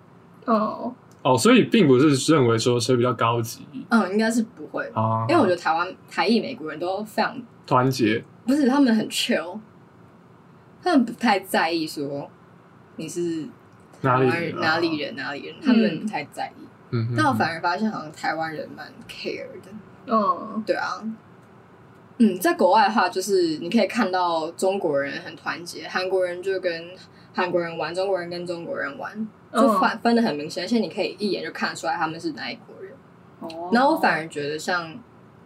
哦，
哦，所以并不是认为说谁比较高级
嗯，应该是不会，
哦
啊，
因为我觉得台湾台裔美国人都非常
团结
不是，他们很 chill，他们不太在意说你是
哪里
台湾人
啊
哪里？人哪里人，他们不太在意。
嗯，
但我反而发现，好像台湾人蛮 care 的。
嗯
对啊，嗯，在国外的话，就是你可以看到中国人很团结，韩国人就跟韩国人玩，中国人跟中国人玩，就
嗯
分分的很明显，而且你可以一眼就看得出来他们是哪一国人。
哦
然后我反而觉得像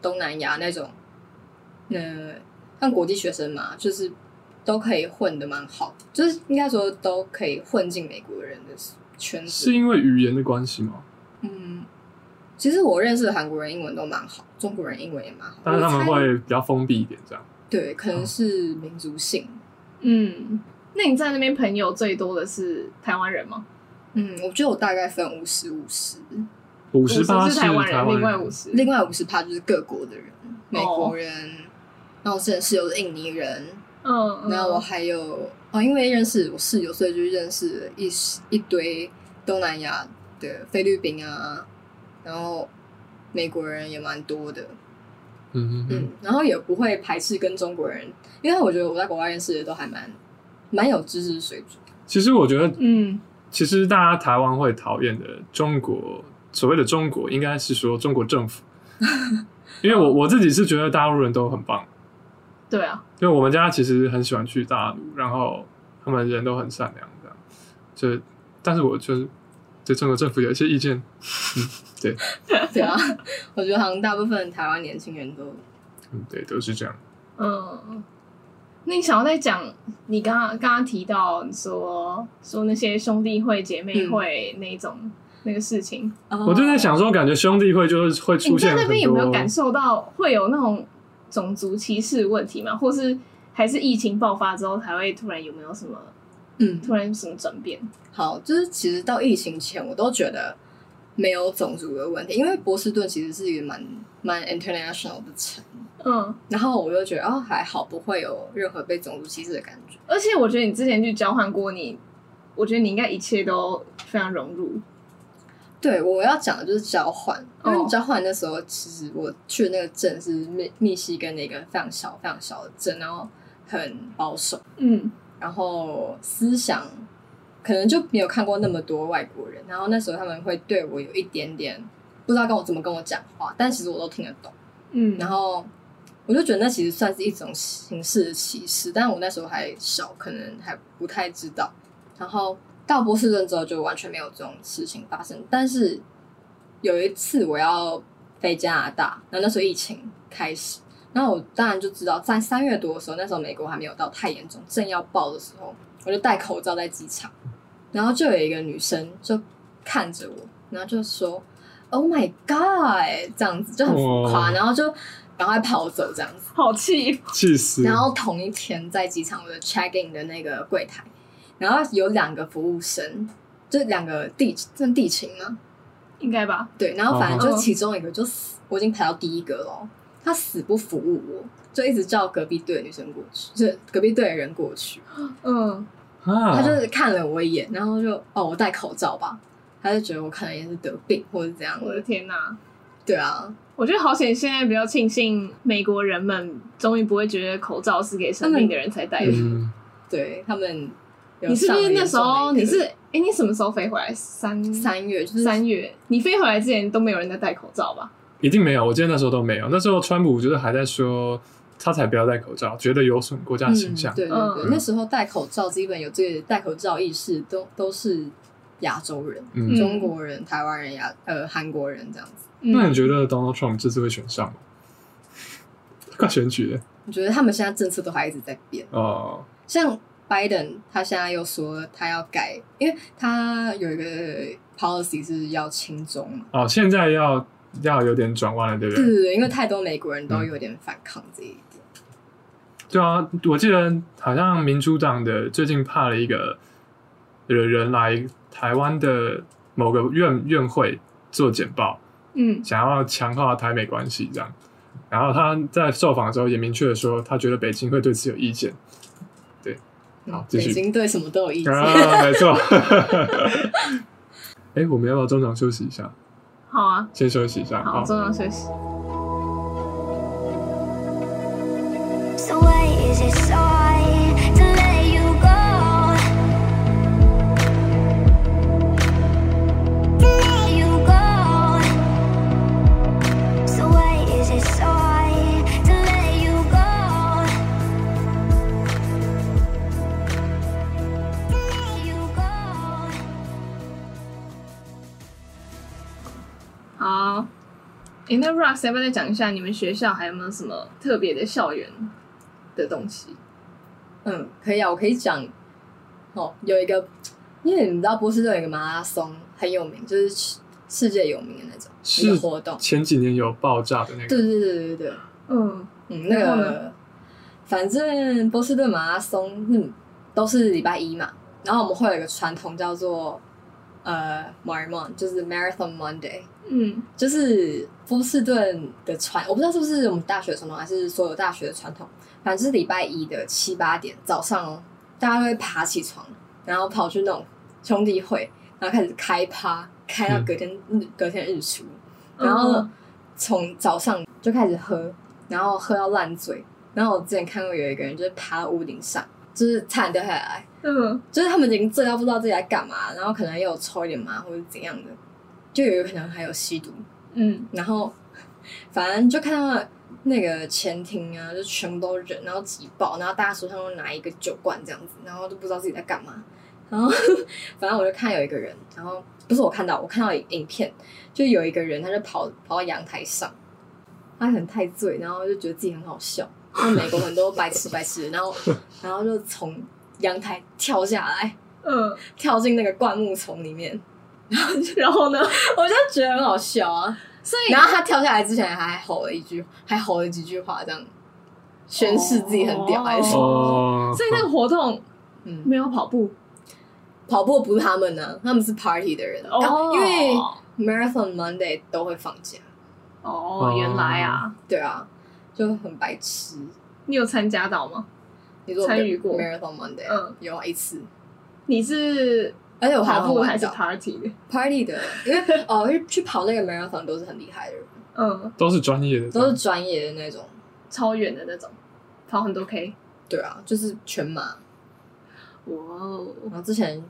东南亚那种，呃，像国际学生嘛，就是都可以混的蛮好，就是应该说都可以混进美国人的圈
是
子。
因为语言的关系吗？
嗯，其实我认识的韩国人英文都蛮好，中国人英文也蛮好。
但是他
我
们嗯
猜
会比较封闭一点，这样
对，可能是民族性。
嗯，那你在那边朋友最多的是台湾人吗？
嗯，我觉得我大概分五十五十，
五十八
是台
台
湾人，另外
湾
五
人，
十
另外五十趴就是各国的人，美
哦
国人，然后我之前室友是印尼人，
嗯，嗯
然后我还有哦，因为认识我室友，所以就认识了一一堆东南亚的菲律宾啊，然后美国人也蛮多的，
嗯嗯嗯
嗯，然后也不会排斥跟中国人，因为我觉得我在国外认识的都还蛮蛮有知识水准。
其实我觉得，
嗯
其实大家台湾会讨厌的中国，所谓的中国，应该是说中国 政府，因为
哦
我我自己是觉得大陆人都很棒，
对啊，
因为我们家其实很喜欢去大陆，然后他们人都很善良，这样。就，但是我就是对中国政府有一些意见，
对啊， 我觉得好像大部分台湾年轻人都
嗯，对，都是这样。
嗯。那你想要再讲，你刚刚刚刚提到你说说那些兄弟会、姐妹会那一种、那个事情，
我就在想说，感觉兄弟会就是会
哦你
出
在
现
那
很
边有没有
多，
感受到会有那种种族歧视问题吗？或是还是疫情爆发之后才会突然有没有什么
嗯，
突然什么转变？
好，就是其实到疫情前，我都觉得没有种族的问题，因为波士顿其实是一个蛮蛮 international 的城，
嗯，
然后我就觉得哦还好，不会有任何被种族歧视的感觉。
而且我觉得你之前去交换过你，我觉得你应该一切都非常融入。
对，我要讲的就是交换，因
哦
为交换那时候，其实我去的那个镇是密密西根的一个非常小、非常小的镇，然后很保守，
嗯
然后思想可能就没有看过那么多外国人，然后那时候他们会对我有一点点不知道跟我怎么跟我讲话，但其实我都听得懂。
嗯，
然后我就觉得那其实算是一种形式的歧视，但我那时候还小，可能还不太知道。然后到波士顿之后，就完全没有这种事情发生。但是有一次我要飞加拿大，那那时候疫情开始，然后我当然就知道，在三月多的时候，那时候美国还没有到太严重，正要爆的时候，我就戴口罩在机场，然后就有一个女生就看着我，然后就说。Oh my god！这样子就很浮夸
哦
然后就赶快跑走这样子。
好气，
气死。
然后同一天在机场我的 check in 的那个柜台，然后有两个服务生，就两个地算地勤吗？
应该吧？
对，然后反正
哦
就其中一个就死，我已经排到第一个了，他死不服务我，就一直叫隔壁队的女生过去，就是隔壁队的人过去，
嗯，
啊，
他就是看了我一眼，然后就哦我戴口罩吧，他就觉得我可能也是得病或者怎样
我的
的，
天哪、
对啊，
我觉得好险，现在比较庆幸美国人们终于不会觉得口罩是给生病的人才戴的。
嗯，
对他们有
你是
上
不
了
是
严重的一课。
那时候你是哎、诶你什么时候飞回来？三
三月就是嗯
三月，你飞回来之前都没有人在戴口罩吧？
一定没有。我记得那时候都没有，那时候川普就是还在说他才不要戴口罩，觉得有损国家形象
嗯。。对对对，
嗯
那时候戴口罩，基本有这个戴口罩意识，都都是亚洲人、
嗯
嗯
中国人、台湾人、亚呃韩国人这样子。
那你
嗯，
觉得 Donald Trump 这次会选上吗？快选举了
我觉得他们现在政策都还一直在变，
哦，
像拜登他现在又说他要改，因为他有一个 policy 是要亲中嘛。
哦，现在要要有点转弯了，对不嗯
对
对？
对对，因为太多美国人都有点反抗这一点。嗯
对啊，我记得好像民主党的最近派了一个人来台湾的某个院院会做简报，
嗯
想要强化台美关系这样。然后他在受访的时候也明确的说，他觉得北京会对此有意见。
嗯
好继续
北京对什么都有意见。
啊，没错。 哎，我们要不要中场休息一下？
好啊，
先休息一下。
好，中场休息。
So why is it so hard to let you go? To let you go. So why is it so hard to let you go? To let you go.
好，诶，那 Rox 要不要再讲一下你们学校还有没有什么特别的校园的东西？
嗯，可以啊，我可以讲。哦，有一个，因为你知道波士顿有一个马拉松很有名，就是世世界有名的那种
是
一个活动。
前几年有爆炸的那个，
对对对对对对，
嗯，
嗯，那
然后
个
呢
反正波士顿马拉松嗯都是礼拜一嘛，然后我们会有一个传统叫做呃 Marathon，就是 Marathon Monday，
嗯，
就是波士顿的传，我不知道是不是我们大学传统，还是所有大学的传统，反正就是礼拜一的七八点早上哦，大家会爬起床，然后跑去那种兄弟会，然后开始开趴，开到隔天、日隔天日出，然后
嗯
从早上就开始喝，然后喝到烂醉，然后我之前看过有一个人就是爬到屋顶上，就是差点掉下来，
嗯，
就是他们已经醉到不知道自己在干嘛，然后可能也有抽一点麻或者怎样的，就有可能还有吸毒，
嗯，
然后反正就看到那个前庭啊，就全部都人，然后挤爆，然后大家手上都拿一个酒罐这样子，然后都不知道自己在干嘛。然后 反正我就看有一个人，然后不是我看到，我看到影片，就有一个人他就跑跑到阳台上，他可能太醉，然后就觉得自己很好笑。因为美国很多白痴白痴的，然后 然后就从阳台跳下来，
嗯，
跳进那个灌木丛里面，
然后呢？
我就觉得很好笑啊。
所以
然后他跳下来之前还吼了一句，还吼了几句话，这样宣示自己很屌还是什么？
哦，
所以那个活动
嗯，
没有跑步
跑步不是他们呢、他们是 party 的人，
哦，
因为 Marathon Monday 都会放假，
哦，原来啊，
对啊，就很白痴。
你有参加到吗？
你说我
参与过
Marathon Monday，
嗯
有啊一次，
你是
而且我
跑步
还
还是
是
party 的？
party 的，因为哦，去去跑那个 Marathon 都是很厉害的人，
嗯，
都是专业的，
都是专业的那种，
超远的那种，跑很多 K。
对啊，就是全马。
哇哦，
然后之前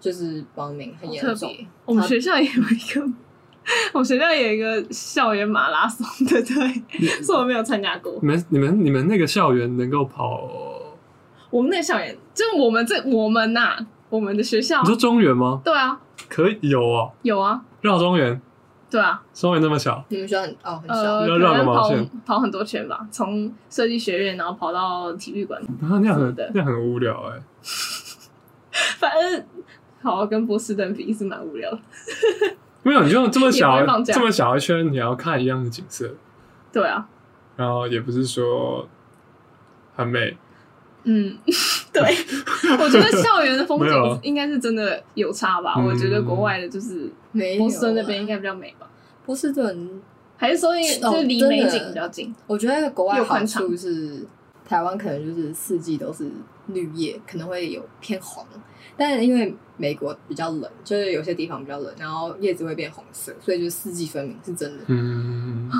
就是报名很严
好特
重，
别我们学校也有一个， 我们学校也有一个校园马拉松的对，是我没有参加过。
你们你们你们那个校园能够跑，
我们那个校园，就是我们这我们呐、我们的学校
你，说中原吗？
对啊，
可以有哦，
有啊，
绕中原，
对啊，
中原那么小，
你们学校很哦很小，
呃，
要
可
绕个
能
毛
跑
线
跑很多圈吧，从设计学院然后跑到体育馆，
啊，那样
是
很
的
那样很无聊哎、
反正好跟波士顿比是蛮无聊的。
没有，你就这么
也
小
不会放假
这么小一圈，你要看一样的景色，
对啊，
然后也不是说很美，
嗯，对，我觉得校园的风
没有啊
景应该是真的有差吧。
嗯
我觉得国外的就是
没有
波士顿那边
啊
应该比较美吧，
波士顿，
还是说因为
哦
就是离
真的
美景比较近？
我觉得国外
又
好
宽敞
处是台湾可能就是四季都是绿叶，可能会有偏黄，但因为美国比较冷，就是有些地方比较冷，然后叶子会变红色，所以就是四季分明是真的。
嗯，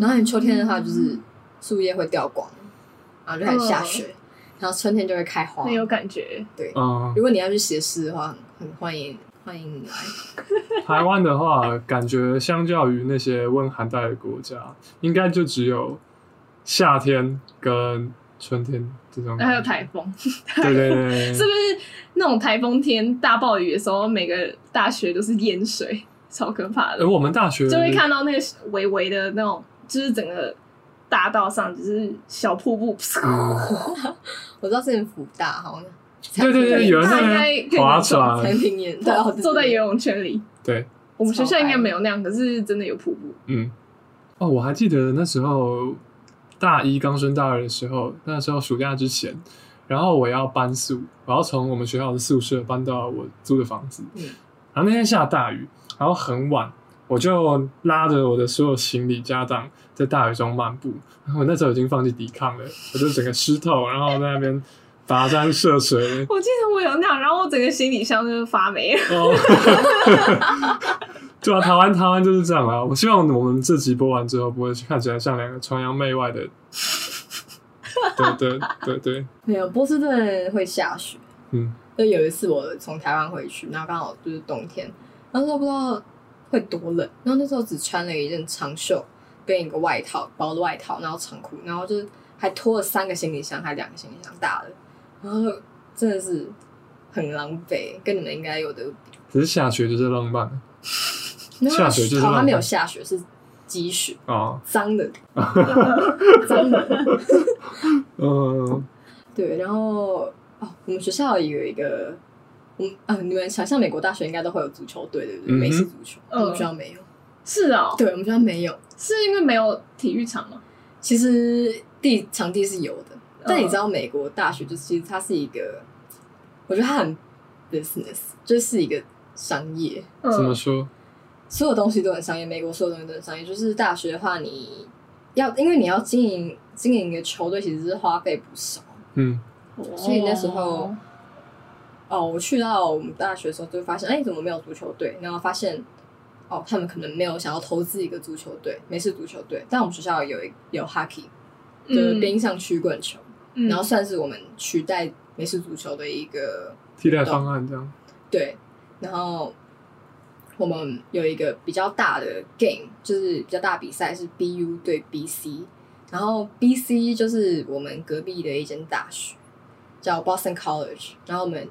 然后你秋天的话，就是
嗯
树叶会掉光，然后就开始下雪，然后春天就会开 花
很。有感觉，
对，
嗯
如果你要去写诗的话，很很欢迎欢迎你来。
台湾的话，感觉相较于那些温寒带的国家，应该就只有夏天跟春天这种，
还有台，风，
对对对对，
是不是那种台风天大暴雨的时候，每个大学都是淹水，超可怕的
哎而。我们大学
就会看到那个微微的那种，就是整个大道上只是小瀑布。
嗯
我知道之前福大好像
对对 对，有人在那边划船，
产品研，对，
坐
对
坐在
对
游泳圈里，
对，
我们学校应该没有那样，可是真的有瀑布。
嗯，哦，我还记得那时候大一刚升大二的时候，那时候暑假之前，然后我要搬宿，我要从我们学校的宿舍搬到我租的房子，
嗯
然后那天下大雨，然后很晚，我就拉着我的所有行李家当在大雨中漫步，然后我那时候已经放弃抵抗了，我就整个湿透，然后在那边跋山涉水，
我记得我有那样，然后我整个行李箱就是发霉 了。
哦， 对啊，台湾台湾就是这样啊。我希望我们这集播完之后，不会看起来像两个崇洋媚外的。对对对对，
没有，波士顿会下雪。
嗯，
就有一次我从台湾回去，然后刚好就是冬天，那时候不知道会多冷，然后那时候只穿了一件长袖跟一个外套，薄的外套，然后长裤，然后就是还拖了三个行李箱，还两个行李箱大的，然后真的是很狼狈，跟你们应该有的比。
只是下雪就是浪漫下雪就是
然
浪
后哦，
漫
它没有下雪，是积雪，
哦。
脏的，脏的。
嗯，
对，然后哦，我们学校也有一个，我们啊，你们想象美国大学应该都会有足球队，对不
嗯
对？
哼
美式足球，
嗯
我们学校没有。
是
啊
哦，
对，我们学校没有。
是因为没有体育场吗？
其实地场地是有的，但你知道美国大学就是其实它是一个，我觉得它很 business，就是一个商业，
嗯
怎么说？
所有东西都很商业。美国所有东西都很商业，就是大学的话，你要因为你要经营经营一个球队，其实是花费不少。
嗯，
所以那时候哦，我去到我们大学的时候，就发现，哎，怎么没有足球队？然后发现，哦，他们可能没有想要投资一个足球队，美式足球队。但我们学校有一有 hockey，就是冰上曲棍球，
嗯
然后算是我们取代美式足球的一个
替代方案这样。
对。然后我们有一个比较大的 game，就是比较大比赛是 BU 对 BC，然后 BC 就是我们隔壁的一间大学，叫 Boston College，然后我们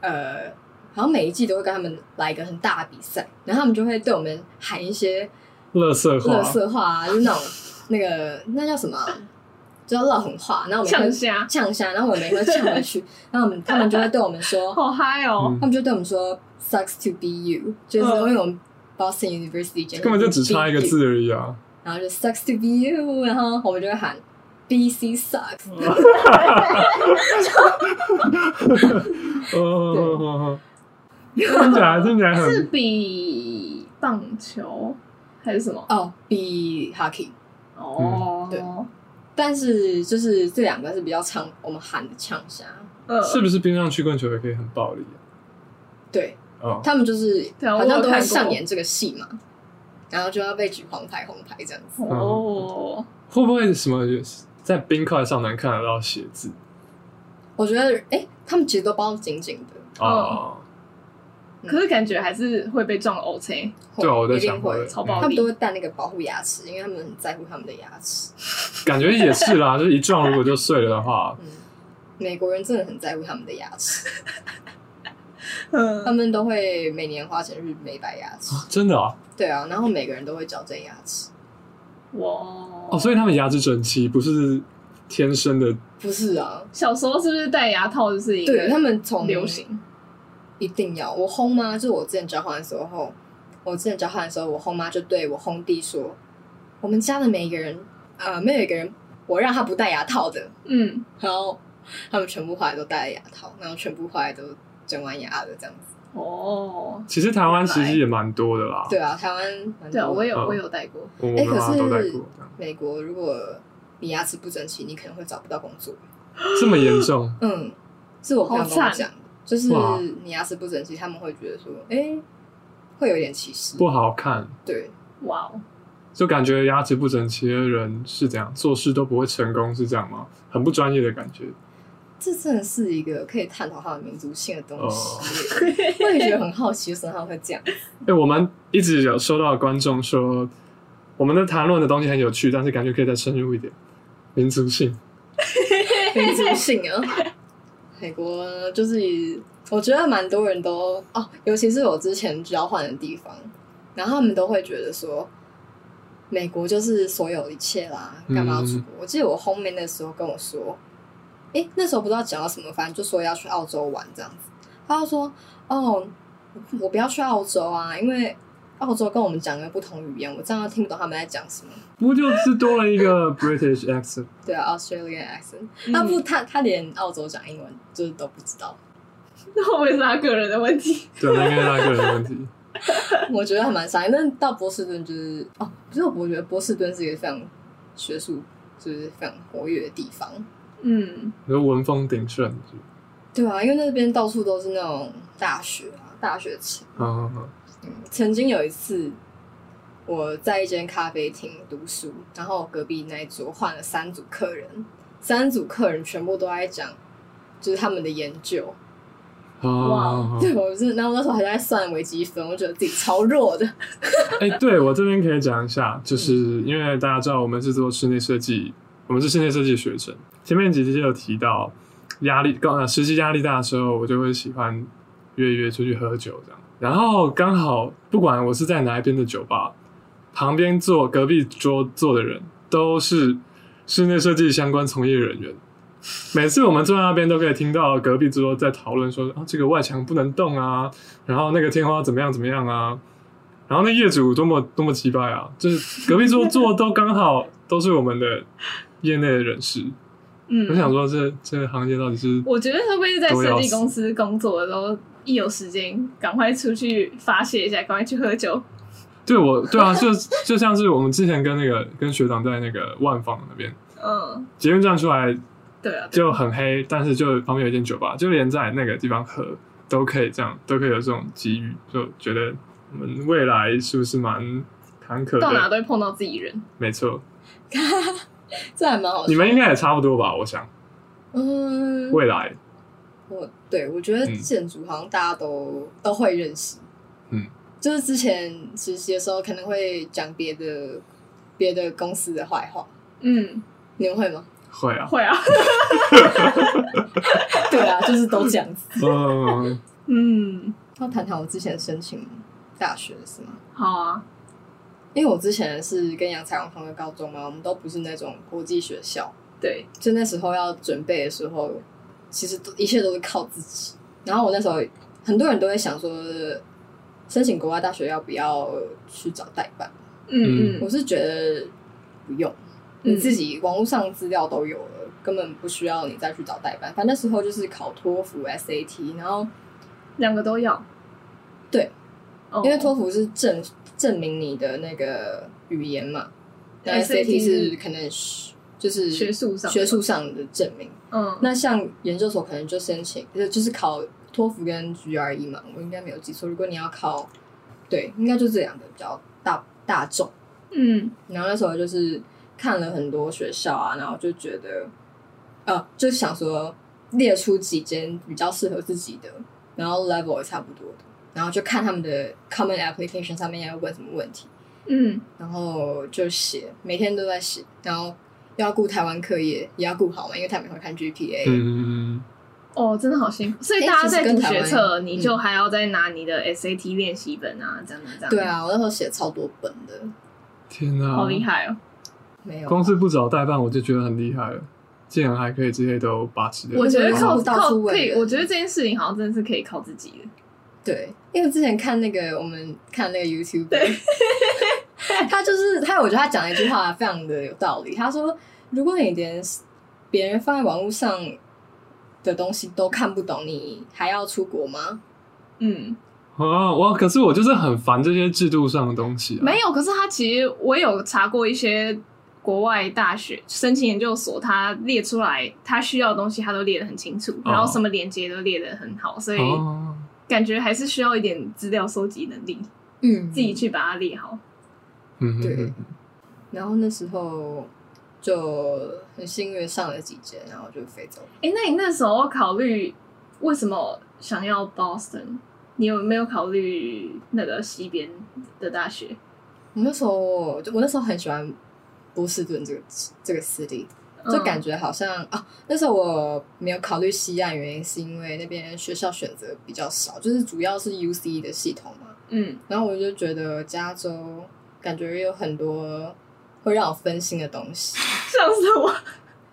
呃，好像每一季都会跟他们来一个很大的比赛，然后他们就会对我们喊一些
乐色化，
乐色话啊，就是那种那个那叫什么啊，就叫乱狠话，然后我们
呛
会
虾
呛虾，然后我们也会呛回去，然后我们他们就会对我 们说，
好嗨哦，
他们就对我们说 sucks to be you，就是
嗯
因为我们 Boston University 简直
根本就只差一个
BU，
字而已啊！
然后就 sucks to be you，然后我们就会喊 BC sucks，
哦哦哦哦，听起来听起来
是
很
比棒球还是什么？
哦，be hockey，
嗯
哦，
对但是就是这两个是比较常我们喊的呛虾，
嗯，
是不是冰上曲棍球也可以很暴力啊
对
啊？哦，
他们就是
对啊
好像
我有
都
看
会
过
上演这个戏嘛，然后就要被举黄牌红牌这样
嗯
子。
哦，
会不会什么在冰块上能看得到写字
我觉得，哎、他们其实都包得紧紧的，
哦，嗯
可是感觉还是会被撞 O C，
对啊，我在
一定
想
会
会，
超
嗯
暴
他们
力
都会戴那个保护牙齿，因为他们很在乎他们的牙齿。
感觉也是 啦，就是一撞如果就碎了的话，
嗯，美国人真的很在乎他们的牙齿， 他
嗯，
们都会每年花钱去美白牙齿。
真的啊，
对啊，然后每个人都会矫正牙齿，
哇，
哦，所以他们牙齿整齐不是天生的，
不是啊？
小时候是不是戴牙套就是一
对他
个
们从
流行？
一定要我轰妈，就是我之前交换的时候，我之前交换的时候，我轰妈就对我轰弟说，我们家的每一个人，呃，没有一个人我让他不戴牙套的，
嗯，
然后他们全部后来都戴了牙套，然后全部后来都整完牙了，这样子。
哦，
其实台湾其实也蛮多的啦，
对啊，台湾蛮
对啊，
多
我有
嗯
我有戴过，
我
哎、
们妈
可
妈都戴
是
过，这样
美国如果你牙齿不整齐，你可能会找不到工作。
这么严重，
嗯，是我朋友跟
好
我讲
惨
的，就是
哇
你牙齿不整齐，他们会觉得说，哎、会有点歧视。
不好看。
对，
哇哦，
就感觉牙齿不整齐的人是怎样，做事都不会成功，是这样吗？很不专业的感觉。
这真的是一个可以探讨他的民族性的东
哦
西。我也觉得很好奇，为什么他们会这样？
哎、我们一直有收到观众说，我们的谈论的东西很有趣，但是感觉可以再深入一点。民族性，
民族性啊。美国就是，我觉得蛮多人都哦，尤其是我之前交换的地方，然后他们都会觉得说，美国就是所有一切啦，干嘛要出国？我记得我后面的时候跟我说，诶，那时候不知道讲到什么，反正就说要去澳洲玩这样子。他就说，哦，我不要去澳洲啊，因为澳洲跟我们讲的不同语言，我这样听不懂他们在讲什么。
不就是多了一个 British accent？
对啊，Australian accent。
嗯
他不，他他连澳洲讲英文就是都不知道，
那会不会是他个人的问题？
对，那应该是他个人的问题。
我觉得还蛮傻眼。但是到波士顿就是哦，其实我觉得波士顿是一个非常学术，就是非常活跃的地方。
嗯，
你说文风鼎盛，是吧
对啊，因为那边到处都是那种大学啊，大学城。
嗯，嗯嗯
嗯，曾经有一次我在一间咖啡厅读书，然后隔壁那一桌换了三组客人，三组客人全部都在讲就是他们的研究。
哦，
对，我是，然后那时候还在算微积分，我觉得自己超弱的。
哎、对我这边可以讲一下，就是因为大家知道我们是做室内设计，我们是室内设计学生。前面几集就有提到压力刚呃实习压力大的时候，我就会喜欢约一约出去喝酒这样。然后刚好不管我是在哪一边的酒吧，旁边坐隔壁桌坐的人都是室内设计相关从业人员。每次我们坐在那边，都可以听到隔壁桌在讨论说啊，这个外墙不能动啊，然后那个天花怎么样怎么样啊，然后那业主多么多么奇葩 啊！就是隔壁桌坐都刚好都是我们的业内的人士，
嗯，
我想说这这个行业到底是
我觉得会不会是在
都要
设计
死
公司工作的时候，一有时间赶快出去发泄一下，赶快去喝酒。
对我对啊，就就像是我们之前跟那个跟学长在那个万方那边
嗯，
捷运站出来
对啊，对啊
就很黑，但是就旁边有一间酒吧，就连在那个地方喝都可以这样，都可以有这种机遇，就觉得我们未来是不是蛮坎坷
到哪
的？
都会碰到自己人。
没错，
这还蛮好笑。
你们应该也差不多吧？我想
嗯，
未来
我对我觉得
嗯
建筑好像大家都、都会认识，
嗯，
就是之前实习的时候可能会讲别的别的公司的坏话，
嗯，
你们会吗？
会啊，
会啊，
对啊，就是都这样子。
嗯，
嗯，
要谈谈我之前申请大学的事吗？
好啊，
因为我之前是跟杨彩虹同一个高中嘛，我们都不是那种国际学校，
对，
就那时候要准备的时候，其实都一切都是靠自己。然后我那时候很多人都会想说，申请国外大学要不要去找代办？
嗯
我
嗯，
是觉得不用，
嗯
你自己网络上资料都有了，根本不需要你再去找代办。反正那时候就是考托福、SAT，然后
两个都要。
对
哦，
因为托福是证证明你的那个语言嘛，那
SAT
SAT
是
是可能学就是
学术上的
学术上的证明。
嗯，
那像研究所可能就申请，呃就就是考托福跟 GRE 嘛，我应该没有记错。如果你要考，对，应该就这两个比较大大众。
嗯
然后那时候就是看了很多学校啊，然后就觉得，呃，就想说列出几间比较适合自己的，然后 level 也差不多的，然后就看他们的 common application 上面要问什么问题，
嗯
然后就写，每天都在写，然后又要顾台湾课业，也要顾好嘛，因为他们也会看 GPA，、
嗯，
哦，真的好辛苦，所以
哎
大家
其实
在
跟
读
台
学
湾
测，你
嗯
就还要再拿你的 SAT 练习本啊，这样这样。
对，啊，我那时候写超多本的，
天哪，
好厉！害哦。
没有，
光是不找代办，我就觉得很厉害了，竟然还可以这些都把持的。
我觉得靠
嗯到
靠
处问
可以，
人
我觉得这件事情好像真的是可以靠自己的。
对，因为之前看那个我们看那个 YouTube，
对
他就是他，我觉得他讲了一句话非常的有道理。他说，如果你连别人放在网络上的东西都看不懂，你还要出国吗？
嗯，
啊，我可是我就是很烦这些制度上的东西、啊。
没有，可是他其实我有查过一些国外大学申请研究所，他列出来他需要的东西，他都列得很清楚，
哦
然后什么连接都列得很好，所以
哦，
感觉还是需要一点资料收集能力，
嗯，
自己。去把它列好。
嗯，
对
嗯
然后那时候就很幸运地上了几节，然后就飞走了。
哎，那你那时候考虑为什么想要 Boston？你有没有考虑那个西边的大学？
我那时候我那时候很喜欢波士顿这个这个私立，就感
觉
觉好像、啊，那时候我没有考虑西岸，原因是因为那边学校选择比较少，就是主要是 U C 的系统嘛。
嗯
然后我就觉得加州感觉有很多会让我分心的东西，
像是我，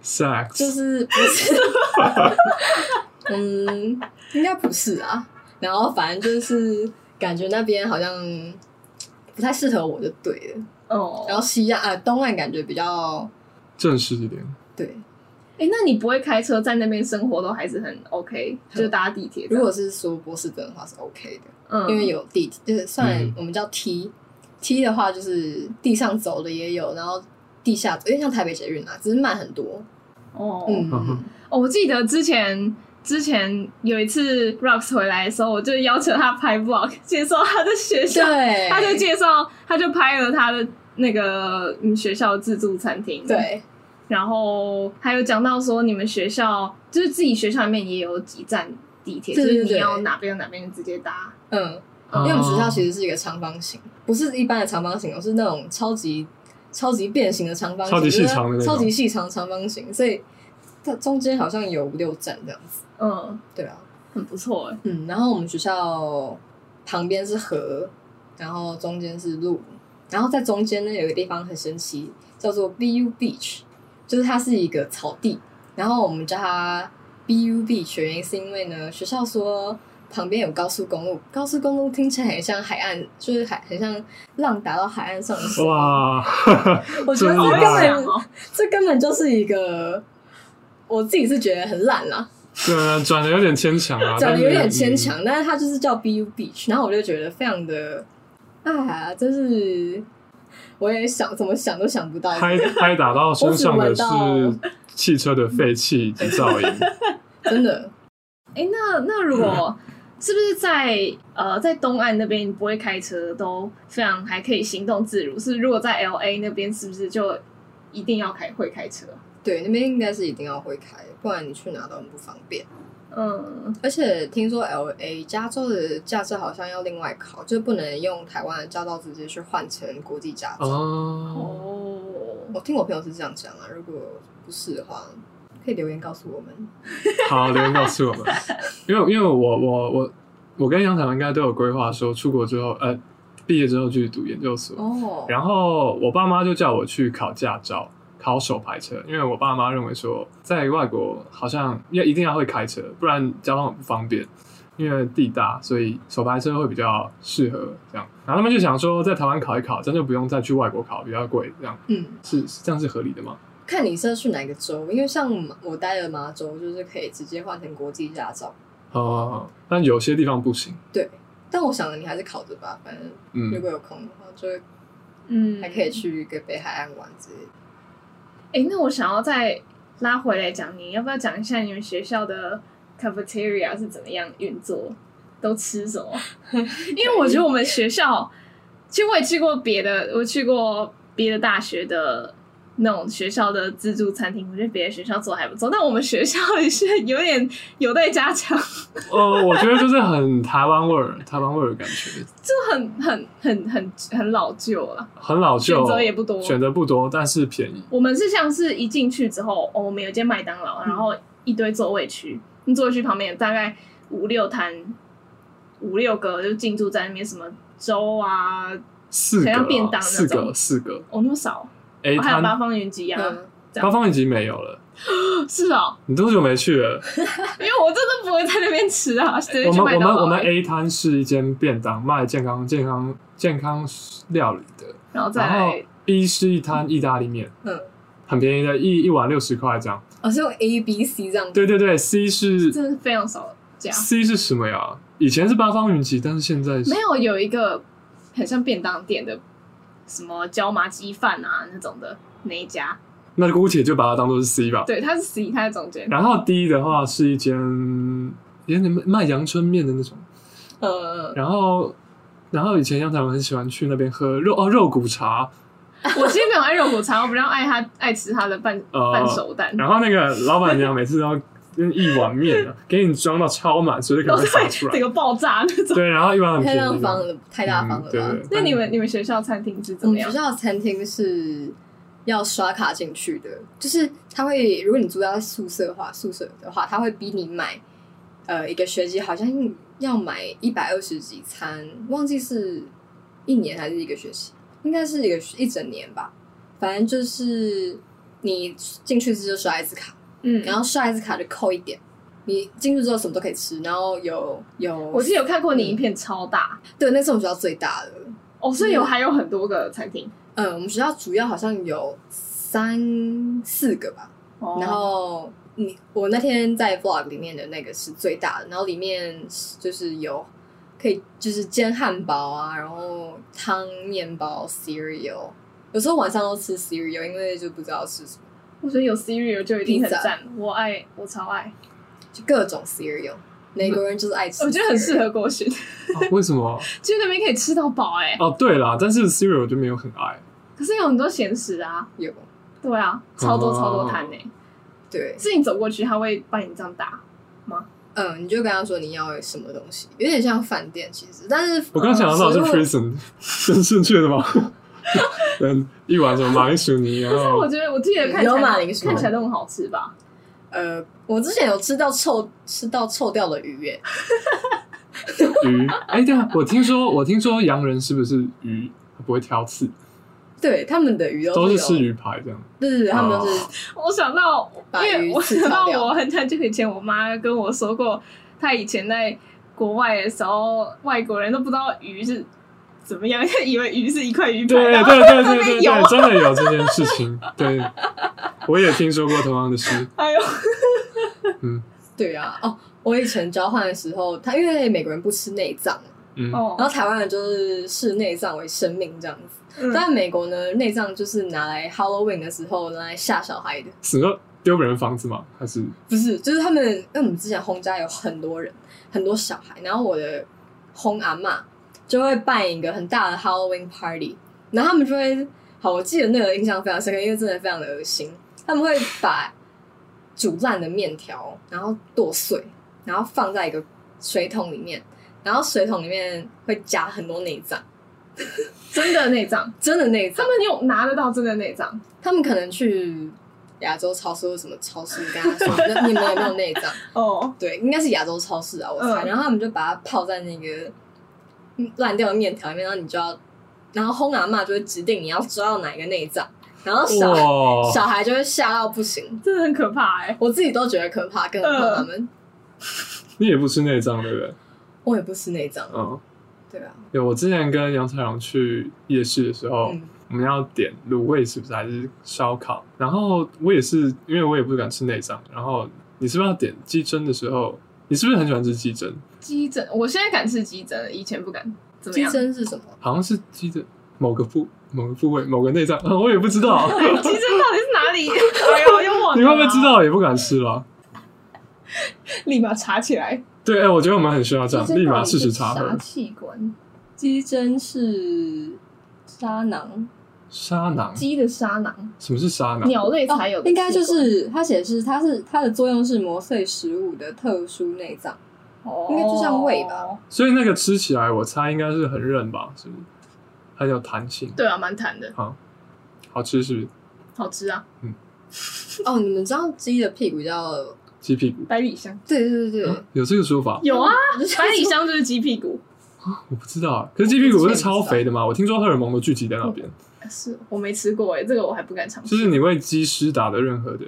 ，sex，
就是不是，嗯，应该不是啊。然后反正就是感觉那边好像不太适合我就对了。
哦，
然后西岸啊，东岸感觉比较
正式一点。
对，
哎、那你不会开车在那边生活都还是很 OK，
嗯
就搭地铁这
如
样。
果是说波士顿的话是 OK 的。
嗯，
因为有地，就是算
嗯
我们叫梯、梯的话，就是地上走的也有，然后地下走，有点像台北捷运啊，只是慢很多。
哦、
嗯，
嗯
哦，我记得之前之前有一次 Rox 回来的时候，我就要求他拍 vlog，介 绍他的学校，
对，
他就介绍，他就拍了他的那个嗯学校自助餐厅，，
对
然后还有讲到说你们学校就是自己学校里面也有几站地铁，
对
就是
对
你
对
要哪边哪边就直接搭，
嗯，
哦
因为我们学校其实是一个长方形，不是一般的长方形哦，是那种超级超级变形的长方形，
超级细长的那
就是
种
超级细长长方形，所以它中间好像有五六站这样子。
嗯，
对啊，
很不错哎，
嗯，然后我们学校旁边是河，然后中间是路，然后在中间呢有一个地方很神奇，叫做 BU Beach，就是它是一个草地，然后我们叫它 BU Beach，原因是因为呢学校说旁边有高速公路，高速公路听起来很像海岸，就是海很像浪打到海岸上的时候，
哇，
我觉得
哦真
这
厉
根
害
想
本
哦，
这根本就是一个我自己是觉得很烂啦，
对，转的有点牵强 啊，
讲
但
的
是
有点牵。强，但是它就是叫 BU Beach，然后我就觉得非常的，啊，真是我也想怎么想都想不到，
拍拍打到身上的是
我只
汽车的废气以及噪 音，
真的
哎、那那如果是不是在呃在东岸那边你不会开车都非常还可以行动自如？是如果在 L A 那边是不是就一定要开会开车？
对那边应该是一定要会开，不然你去哪都很不方便。
嗯，
而且听说 L A 加州的驾照好像要另外考，就不能用台湾的驾照直接去换成国际驾照。
哦，
哦，
我听我朋友是这样讲啊，如果不是的话，可以留言告诉我们。
好，留言告诉我 们，因为因为我我我我跟杨厂应该都有规划，说出国之后，呃，毕业之后去读研究所，
哦
然后我爸妈就叫我去考驾照，考手排车，因为我爸妈认为说，在外国好像要一定要会开车，不然交通很不方便。因为地大，所以手排车会比较适合这样。然后他们就想说，在台湾考一考，真的不用再去外国考，比较贵，这样
嗯，
是是这样是合理的吗？
看你是要去哪个州，因为像我待的麻州就是可以直接换成国际驾照。
哦、但有些地方不行。
对，但我想你还是考着吧，反正如
嗯，
果有空的话，就
嗯，
还可以去一个北海岸玩之类的。
哎、那我想要再拉回来讲，你要不要讲一下你们学校的 cafeteria 是怎么样运作，都吃什么？因为我觉得我们学校，其实我也去过别的，我去过别的大学的那种学校的自助餐厅，我觉得别的学校做得还不错，但我们学校也是有点有待加强，
呃，我觉得就是很台湾味儿，台湾味儿的感觉，
就很很很很很老旧了。
很老旧，
选择也不多
选择不多，但是便宜。
我们是像是一进去之后，哦，我们有一间麦当
嗯
劳，然后一堆座位区，那座位区旁边有大概五六摊，五六个就进驻在那边什么粥啊，
四个
想
啊
要便当那
四
种
个，四个
哦那么少，
A
哦还有
摊
八方云集啊，
嗯，
这样
高方已经没有了，
是哦，
你多久没去了？
因为我真的不会在那边吃 啊，直接
我
去
们
麦
我
当
们
劳。
我们 A 摊是一间便当，卖健康健康健康料理的，
然后再
然后
来
B 是一摊意大利面，
嗯，
很便宜的，一一碗六十块这样。
我、哦是用 A B C 这样子。
对对对，C 是
嗯真的非常少这样，
C 是什么呀？以前是八方云集，但是现在是
没有有一个很像便当店的什么椒麻鸡饭啊那种的那一家，
那姑且就把它当做是 C 吧。
对，它是 C，它在中间。
然后 D 的话是一间有点卖阳春面的那种，
呃，
然后然后以前杨台文很喜欢去那边喝肉哦肉骨茶，
我其实没有爱肉骨茶，我比较爱他爱吃他的半
呃
半熟蛋。
然后那个老板娘每次都用一碗面啊，给你装到超满，所以就可
都
能会洒
在
出
整
来。
个爆炸那种。
对，然后一碗很
太
便宜
大方
的，
了，太大方了吧？
嗯对对对
那你们你们学校餐厅是怎
我
么
嗯们学
样？
校的餐厅是要刷卡进去的，就是他会，如果你住在宿舍的话，宿舍的话，他会逼你买，呃，一个学期好像要买一百二十几餐，忘记是一年还是一个学期，应该是一个一整年吧。反正就是你进去之后刷一次卡，
嗯，
然后刷一次卡就扣一点。你进去之后什么都可以吃，然后有有，
我记得有看过你影片超大
对，那是我们学校最大的，
哦，所以有
嗯
还有很多个餐厅。
呃，我们学校主要好像有三四个吧，
哦
然后你我那天在 vlog 里面的那个是最大的，然后里面就是有可以就是煎汉堡啊，然后汤、面包、cereal，有时候晚上都吃 cereal，因为就不知道吃什么，
我觉得有 cereal 就已经很
Pizza
赞，我爱我超爱，
就各种 cereal。美国人就是爱吃，
我觉得很适。合国学，
哦为什么？
去那边可以吃到饱哎。
哦，对啦，但是 cereal 我就没有很爱。
可是有很多咸食啊，
有
对啊，超多
哦
超多摊哎。
对，
是你走过去，他会帮你这样打。
嗯，你就跟他说你要什么东西，有点像饭店其实，但是呃
我刚想到是
食物
prison，是 正确 的吗？嗯，一碗什么马铃薯泥，然
但我
后
觉得我记得看起
有马
来
铃薯
看起来都很好吃吧？
呃，我之前有吃到臭吃到臭掉的鱼耶，
鱼。哎，对啊，我听说，我听说洋人是不是鱼不会挑刺，
对，他们的鱼都
都
是
是
有
吃，鱼排这样。
对对对，他们都是、
我想到，因
把
为
鱼
我
刺
想到
杀掉
我很很久以前，我妈跟我说过，她以前在国外的时候，外国人都不知道鱼是怎么样？ 以为鱼是一块鱼排，
对对
然后
对
那
对对
边
对，
游，
真的有这件事情。对，我也听说过同样的事。
哎 呦，
嗯
对啊，哦，我以前交换的时候，他因为美国人不吃内脏，
嗯，
哦，
然后台湾人就是视内脏为生命这样子。
嗯
但美国呢，内脏就是拿来 Halloween 的时候拿来吓小孩的，
死了丢人房子嘛，还是
不是，就是他们，因为我们之前轰家有很多人，很多小孩，然后我的轰阿嬷就会办一个很大的 Halloween party，然后他们就会，好，我记得那个印象非常深刻，因为真的非常的恶心，他们会把煮烂的面条，然后剁碎，然后放在一个水桶里面，然后水桶里面会加很多内脏，
真的内脏，
真的内
他。
脏
们有拿得到真的内脏，
他们可能去亚洲超市或什么超市，跟他说那你们有没有内脏？
哦，
对，应该是亚洲超市啊，我猜。
嗯
然后他们就把它泡在那个嗯烂掉的面条里面，然后你就要，然后烘阿嬷就会指定你要抓到哪一个内脏，然
哦
后小、
哇，
小孩就会吓到不行。
真的很可怕哎、
我自己都觉得可怕，更何况他们。
你也不吃内脏对不对？
我也不吃内脏，
嗯，
对啊，
对我之前跟杨彩荣去夜市的时候，
嗯
我们要点卤味是不是还是烧烤？然后我也是，因为我也不敢吃内脏。然后你是不是要点鸡胗的时候，你是不是很喜欢吃鸡胗？
鸡胗，我现在敢吃鸡胗，以前不敢，怎么
鸡
样？
胗是什么？
好像是鸡的某个部某个部位某个内脏、 啊我也不知道。
鸡胗到底是哪里？ 哎呦，又忘了。
你会不会知？道？也不敢吃了。
立马查起来。
对，哎、我觉得我们很需要这样，
鸡胗
立马
到底
事实
是
查
啥
核。
气管，
鸡胗是沙囊，
沙囊？
鸡的沙囊，
什么是沙囊？
鸟类才有
哦
的气管、
应该就是它写的是它是它的作用是磨碎食物的特殊内脏。
哦，
应该就像胃吧。
所以那个吃起来，我猜应该是很韧吧，是不是？很有弹性，
对啊，蛮弹的，
好吃是不是？
好吃啊，
哦，你们知道鸡的屁股叫？
鸡屁 股
百里香
对对对对，
有这个说法？
有 啊，
我就想
百里
说
香就是鸡屁股，
我不知道啊，可是鸡屁股不是哦超肥的吗？我听说荷尔蒙都聚集在那边，
是我没吃过哎、这个我还不敢尝试。
就是你为鸡施打的任何的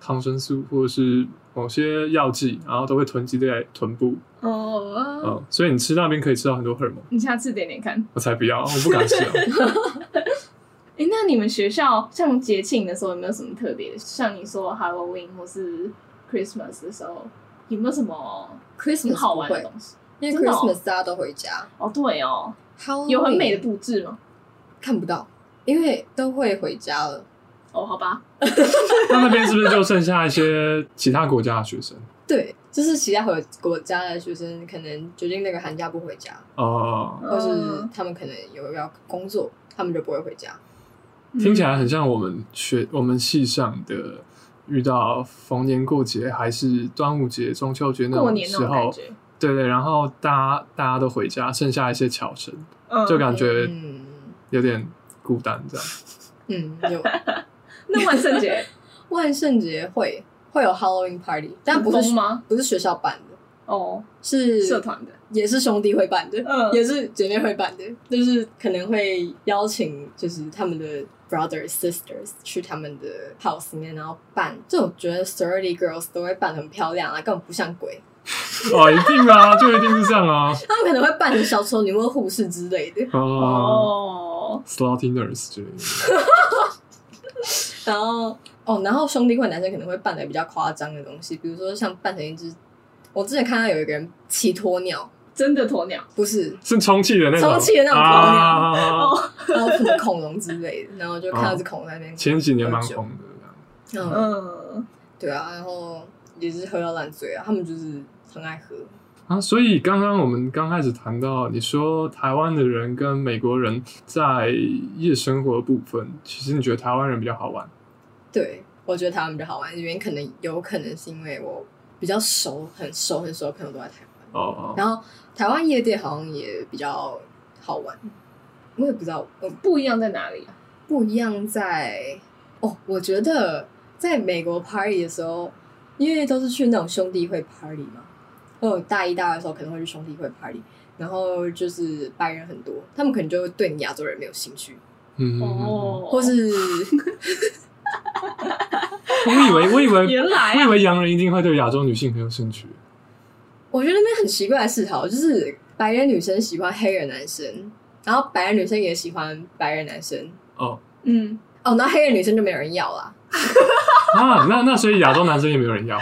抗生素或者是某些药剂，然后都会囤积在臀部，
哦、啊
嗯，所以你吃那边可以吃到很多荷尔蒙。
你下次点点看。
我才不要，我不敢吃啊！
哎、那你们学校像节庆的时候有没有什么特别的？像你说 Halloween 或是 Christmas 的时候，有没有什么很
Christmas
好玩
不
的
会
东西？
因为
真的哦
Christmas 大家都回家，
哦，对哦，
Halloween
有很美的布置吗？
看不到，因为都会回家了。
哦，好吧，
那那边是不是就剩下一些其他国家的学生？
对，就是其他回国家的学生可能决定那个寒假不回家，
嗯
哦、
或是他们可能有要工作，他们就不会回家。
听起来很像我们学我们系上的遇到逢年过节还是端午节、中秋节那
过
种
年那
时
种感
候，
觉，
对对，然后大家大家都回家，剩下一些侨生，
嗯
就感觉
嗯
有点孤单这样。
嗯，有
那万圣节
万圣节会会有 Halloween party，但不是
疯吗？
不是学校办的，
哦，
是
社团的
也是兄弟会办的，
嗯
也是姐妹会办的，就是可能会邀请就是他们的 brothers sisters 去他们的 house 里面，然后办。这种觉得 sorority girls 都会扮得很漂亮啊，根本不像鬼。
哦，一定啊，就一定是这样啊。
他们可能会扮成小丑女或护士之类的，
哦、
哦，
s l a u g h t y nurse 之类的，
然后哦，然后兄弟会男生可能会扮的比较夸张的东西，比如说像扮成一只，我之前看到有一个人骑鸵鸟，
真的鸵鸟
不是
是充气的那种，
充气的那种
啊
哦，
然后什么恐龙之类的，然后就看到一只恐龙在那边，
哦前几年蛮红的这样。
嗯
嗯，
对啊，然后也是喝到烂醉啊，他们就是很爱喝。
啊，所以刚刚我们刚开始谈到，你说台湾的人跟美国人在夜生活的部分，其实你觉得台湾人比较好玩，
对，我觉得台湾比较好玩，原因可能有可能是因为我比较熟，很熟很熟的朋友都在台湾，
哦，
然后台湾夜店好像也比较好玩，我也不知道，呃，
不一样在哪里啊？
不一样在哦，我觉得在美国 party 的时候，因为都是去那种兄弟会 party 嘛，我大一、大二的时候可能会去兄弟会 party，然后就是白人很多，他们可能就对你亚洲人没有兴趣，
嗯，
哦，
或是。
我以为我以为
原来
我以
啊，
为洋人一定会对亚洲女性很有兴趣，
我觉得那边很奇怪的是，好，就是白人女生喜欢黑人男生，然后白人女生也喜欢白人男生，
哦
嗯，
哦，那黑人女生就没有人要啦，
啊，那那所以亚洲男生也没有人要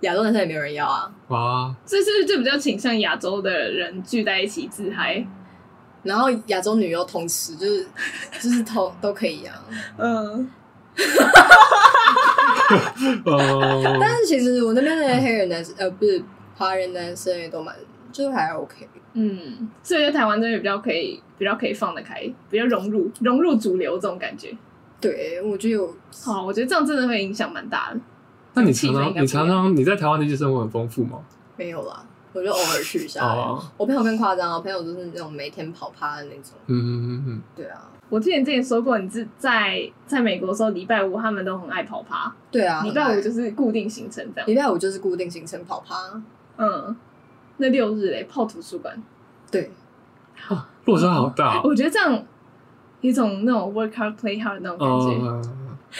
亚洲男生也没有人要啊。
哇，
所以是就比较倾向亚洲的人聚在一起自嗨。
然后亚洲女优通吃，就是就是通都可以啊。
嗯，
哦，
但是其实我那边的黑人男生，呃，不是华人男生也都蛮，就是还 OK。
嗯，所以在台湾这边比较可以，比较可以放得开，比较融入融入主流这种感觉。
对，我就有
好，我觉得这样真的会影响蛮大的。
那你
气氛
常
应
常
该不
你
一样
常常你在台湾的夜生活很丰富吗？
没有啦，我就偶尔去一下。
哦，
我朋友更夸张，啊我朋友就是那种每天跑趴的那种。
嗯嗯嗯
对啊，
我之前之前说过，你是在在美国的时候，礼拜五他们都很爱跑趴，
对啊，
礼拜五就是是固定行程这样。
礼拜五就是固定行程跑趴。
嗯，那六日嘞泡图书馆，
对，
嗯，啊落差好大哦。
我觉得这样有一种那种 work hard play hard 那种感觉。
哦，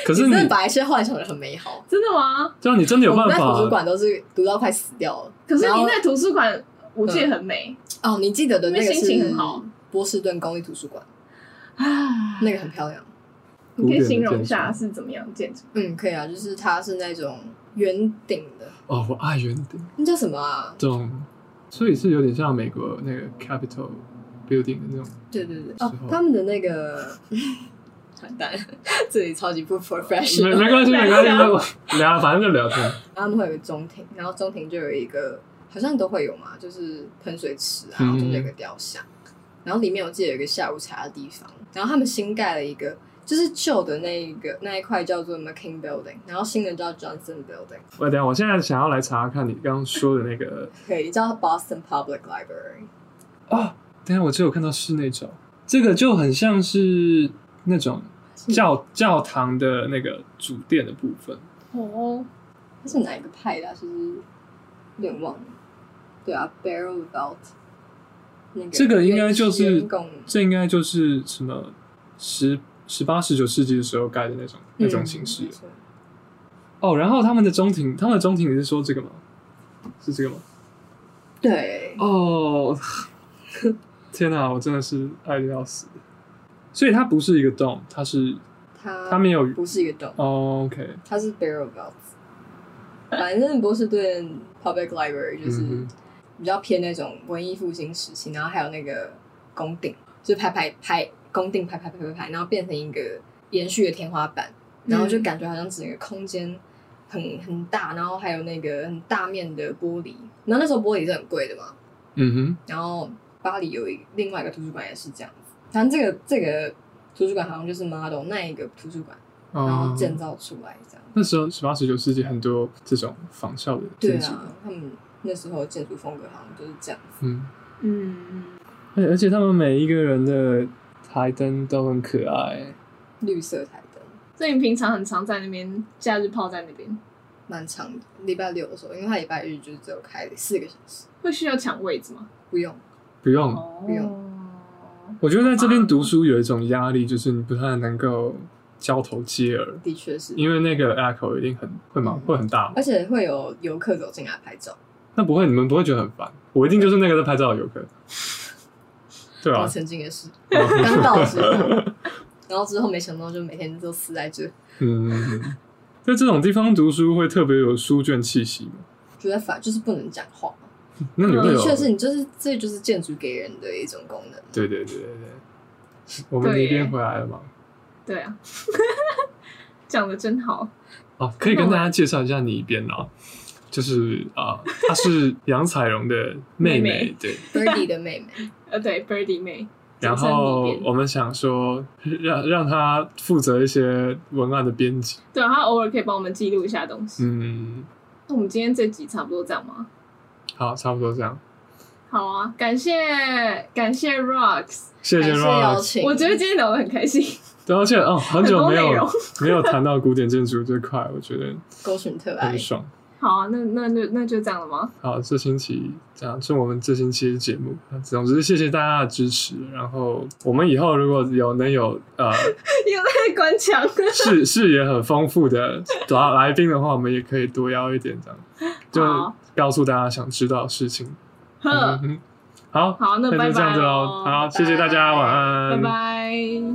可是
你
你
真的把一些幻想的很美好。
真的吗？
这样你真的有
我
办
们在
法啊
图书馆都是读到快死掉了。
可是
然后
您在图书馆，我记得很美
哦，你记得的那个
因为心情
是
很好
波士顿公立图书馆，
啊。
那个很漂亮。
你可以形容一下是怎么样的建筑？
嗯，可以啊，就是它是那种圆顶的，
哦，我爱圆顶
那叫什么啊？
这种，所以是有点像美国那个 Capitol Building 的那种。
对对对，
是
哦
吗，
他们的那个。 完蛋，这里超级不
没
professional。
没关系，没关系，我聊反正就聊天。
然后他们会有个中庭，然后中庭就有一个，好像都会有嘛，就是喷水池啊，
嗯
然后中间有个雕像，然后里面我记得有一个下午茶的地方，然后他们新盖了一个，就是旧的那一个那一块叫做 McKin Building，然后新的叫 Johnson Building，
我等一下，我现在想要来查看你刚刚说的那个
可以叫 Boston Public Library。
哦，等一下我只有看到室内照，这个就很像是那种教教堂的那个主殿的部分。
哦，
它是哪一个派的、啊？其实有点忘了。对啊，Barrel About 那个
这个应该就是
圆拱
这应该就是什么十十八十九世纪的时候盖的那种那种形式、
嗯没错
哦。然后他们的中庭，他们的中庭你是说这个吗？是这个吗？
对，
哦， 天哪、我真的是爱的要死。所以它不是一个洞，它是
它
它没有
不是一个洞，
哦 OK，
它是 Barrel About。反正波士顿 Public Library 就是
嗯
比较偏那种文艺复兴时期，然后还有那个宫顶，就是排排排宫顶排排排排排，然后变成一个延续的天花板，然后就感觉好像整个空间很很大，然后还有那个很大面的玻璃，然后那时候玻璃是很贵的嘛，
嗯
然后巴黎有一另外一个图书馆也是这样子，反正这个这个图书馆好像就是 model 那一个图书馆，
哼，
然
哦
后建造出来这样。
那时候十八十九世纪很多这种仿效的
对
建筑，
啊，他们那时候的建筑风格好像就是这样子。
嗯，
嗯，
而而且他们每一个人的台灯都很可爱，
绿色台灯，
所以你平常很常在那边，假日泡在那边，
蛮长的。礼拜六的时候，因为他礼拜日就只有开四个小时，
会需要抢位置吗？
不用。
不用。
哦
不
我觉得在这边读书有一种压力，就是你不太能够交头接耳，
的确是，
因为那个 echo 一定很会吗？
嗯
会很大吗
而？且会有游客走进来拍照，
那不会，你们不会觉得很烦？我一定就是那个在拍照的游客，对
我
啊，
曾经 也是刚到的时候，然后之后没想到就每天都死在这，
嗯，嗯嗯在这种地方读书会特别有书卷气息吗？
觉得反就是不能讲话。
那你会
的
有？
嗯确是你就是这就是建筑给人的一种功能。
对对对对对，我
对
们那
耶
边回来了吗？
对啊， 讲的真好。
哦，可以跟大家介绍一下你边啊，就是啊，她是杨彩荣的
妹
妹
妹
对。
Birdy 的妹妹，
呃，对，Birdy 妹，
然后哦我们想说让让她负责一些文案的编辑，
对啊，她偶尔可以帮我们记录一下东西。
嗯，
那我们今天这集差不多这样吗？
好，差不多这样，
好啊，感谢感谢 Rocks，
谢谢
感谢邀
Ross，
请。
我觉得今天聊得很开心。
对而且哦，很久
很多
没
内
有
容
没有谈到古典建筑这块，我觉得
勾选特爱
很，爽。
好啊，那那就那就这样了吗？
好，这星期这样是我们这星期的节目。总之，谢谢大家的支持。然后我们以后如果有能有呃
又在关墙。
视 视野很丰富的来来宾的话，我们也可以多邀一点，这样就
好
告诉大家想知道的事情。
呵
嗯哼好，
好那拜
就这样子
拜
喽。
咯
好，谢谢大家，晚安，
拜拜。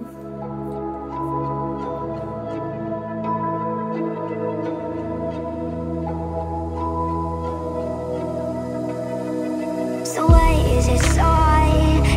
So why is it so high